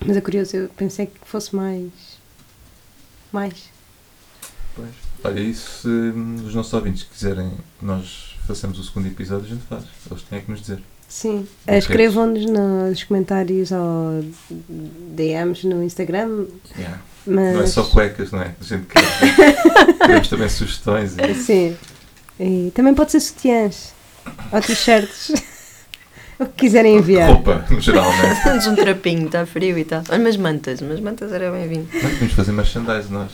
Mas é curioso, eu pensei que fosse mais. Mais. Pois. Olha, isso se hum, os nossos ouvintes quiserem nós façamos o segundo episódio, a gente faz. Eles têm é que nos dizer. Sim. Ok. Escrevam-nos nos comentários ou DMs no Instagram, Yeah. mas. Não é só cuecas, não é? A gente quer. Temos também sugestões. E... Sim. E também pode ser sutiãs ou t-shirts. o que quiserem enviar. Roupa, no geral, não é? Tens um trapinho, está frio e tal. Olha, mas mantas, mas mantas era bem-vindo. Nós é podemos fazer merchandise, nós.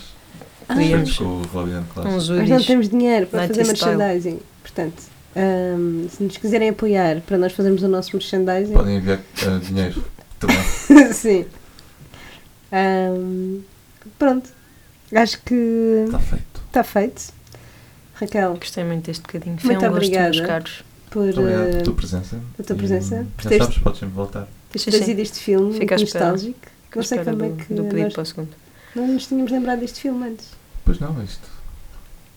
Podíamos Ah, Fizemos com o Robin Class. Mas uns não hoodies. temos dinheiro para Night fazer style. merchandising. Portanto, hum, se nos quiserem apoiar para nós fazermos o nosso merchandising, Podem enviar ah, dinheiro também. sim. Hum, pronto. Acho que Está Tá feito. está feito. Raquel, Gostei muito deste bocadinho. Foi Muito um obrigada. gosto, meus caros. por Muito obrigado pela uh, tua presença. a tua E, presença. Já Pretexto- sabes, podes sempre voltar. teres Sim, sim. trazido este filme Fico à muito espera. nostálgico. Não sei Espera como é do- que Do pedido nós, para o segundo. não nos tínhamos lembrado deste filme antes. Pois não, isto.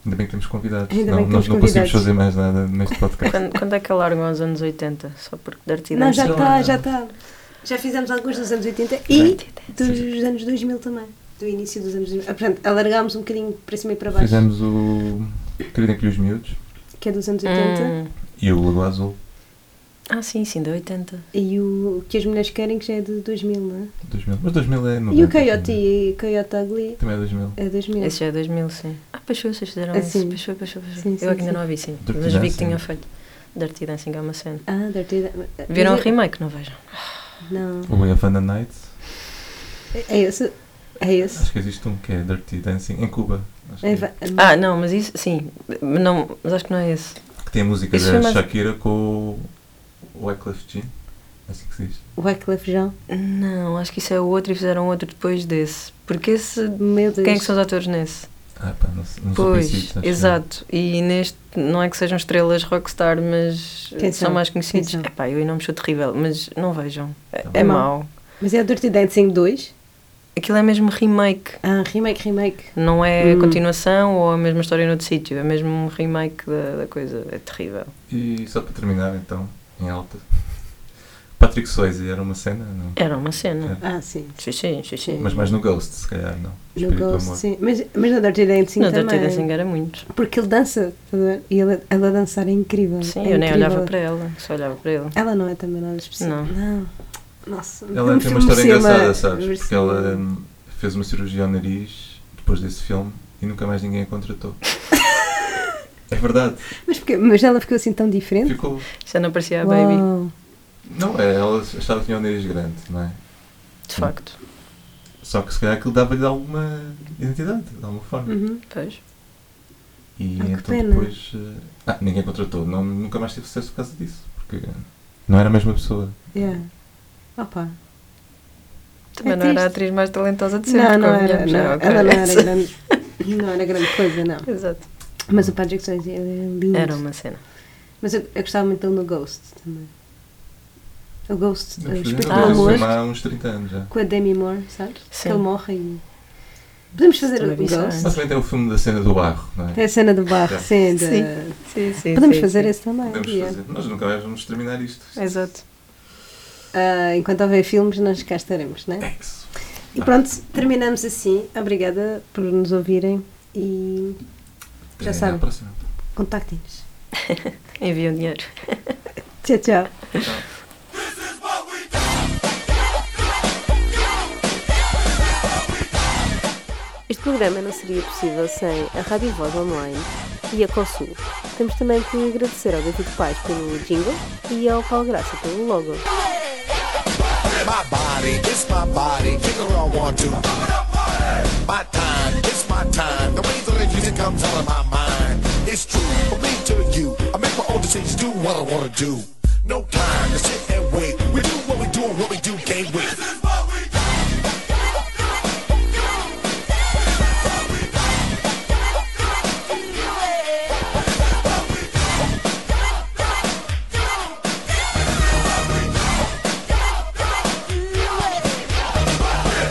Ainda bem que temos convidados. Ainda não, bem que nós temos não convidados. conseguimos fazer mais nada neste podcast. Quando, quando é que largam aos anos 80? Só porque Dirty Não, Dancing. já é sei está, lá. já está. Já fizemos alguns dos anos 80 e dos anos 2000 também. Do início dos anos 2000. Ah, Portanto, alargámos um bocadinho para cima e para baixo, Fizemos o Querida que os miúdos que é dos anos 80, Hum. e o Lagoa Azul Ah, sim, sim, da 80. e o que as mulheres querem, que já é de 2000, não é? 2000. Mas 2000 é E 90, o Coyote e Coyote Ugly Também é 2000. é 2000. Esse já é 2000, sim. Ah, pois foi, vocês fizeram Ah, isso. sim. Pois foi, pois foi, pois foi. Sim, sim, Eu é que ainda sim. não a vi, sim. Dirty mas vi que Dancing. tinha feito. Dirty Dancing é uma cena. Ah, Dirty Dan- Viram o mas é- remake? Não vejam. Não. O Way of the Night. É esse? É esse? Acho que existe um que é Dirty Dancing em Cuba. Acho que, É, é. va- Ah, não, mas isso, sim. Mas Não, mas acho que não é esse. que tem a música Isso da foi mais- Shakira com o Wyclef Jean. Acho que se diz. Wyclef Jean? Não, acho que isso é o outro e fizeram outro depois desse. Porque esse. Meu Deus. Quem é que são os atores nesse? Ah, pá, não, sei- não sou Pois, conhecido, acho que- exato. E neste, não é que sejam estrelas rockstar, mas Quem são? são? mais Quem conhecidos. são? Epá, eu e não me sou terrível, mas não vejam. É, Tá é bem. mau. Mas é o Dirty Dancing 2? Aquilo é mesmo remake, Ah, remake, remake. não é Hum. continuação ou a mesma história noutro sítio, é mesmo um remake da, da coisa. É terrível. E só para terminar, então, em alta. Patrick Swayze era uma cena, não? Era uma cena. Ah, sim. Sim, sim, sim, sim. É. Mas mais no Ghost, se calhar, É. não? No Espírito do Ghost, Amor. sim. Mas, mas na Dirty Dancing Não, também. Dirty Dancing é. era muito. Porque ele dança, tá a ver? E ela, ela a dançar é incrível. Sim, é eu nem incrível. olhava para ela, só olhava para ele. ela. não é também nada especial. Não. Não. Nossa. Ela eu tem me uma história merecia engraçada, uma- sabes? Porque merecia- ela hum, fez uma cirurgia ao nariz depois desse filme e nunca mais ninguém a contratou. é verdade. Mas, porque, mas ela ficou assim tão diferente? Ficou. Já não parecia a É, Baby, Uau. Não, é, ela achava que tinha o nariz grande, não é? de facto. Só que se calhar aquilo dava-lhe alguma identidade, de alguma forma. Uhum. Pois. E Ah, que então pena. depois. eh, Ah, ninguém contratou. Não, nunca mais teve sucesso por causa disso. Porque não era a mesma pessoa. Yeah. Opa. Também É não era a triste. atriz mais talentosa de sempre, Não, não era. convenhamos, Não, era o que ela não era. era, grande, não era grande coisa, não. Exato. Mas o Patrick Swayze ele é lindo. Era uma cena. Mas eu, eu gostava muito dele no Ghost também. O Ghost, o Não, Espírito do Ah, esse Amor. filme há uns 30 anos já. com a Demi Moore, sabes? Sim. Que ele morre e. Podemos fazer Também o vi isso Ghost? Basicamente é o filme da cena do barro, não é? É a cena do barro, sim. da- Sim. Sim, sim. Podemos sim, fazer sim. esse também. Podemos yeah. fazer. Nós nunca mais vamos terminar isto. Exato. Ah, enquanto houver filmes, nós cá estaremos, não É é? isso. E pronto, terminamos assim. Obrigada por nos ouvirem e Já Até sabem. à próxima. contactem-nos. Enviam dinheiro. Tchau, tchau. Este programa não seria possível sem a Rádio Voz Online e a Consul. Temos também que agradecer ao David Paz pelo jingle e ao Paulo Graça pelo logo. My body, it's my body. Kick her all want to. My time, it's my time. The way that the music comes out of my mind. It's true. Believe to you. I make my own decisions. what I wanna do. No time to sit and wait. We do what we do and what we do gain weight.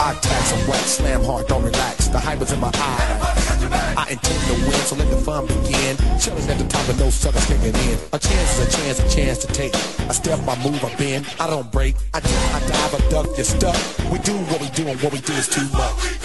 I tax and wax, slam hard, don't relax. The hype is in my eye. I intend to win, so let the fun begin. Chilling at the top of no suckers kicking in. A chance is a chance, a chance to take. I step, I move, I bend, I don't break. I dip, I dive, I duck, you're stuck. We do what we do, and what we do is too much.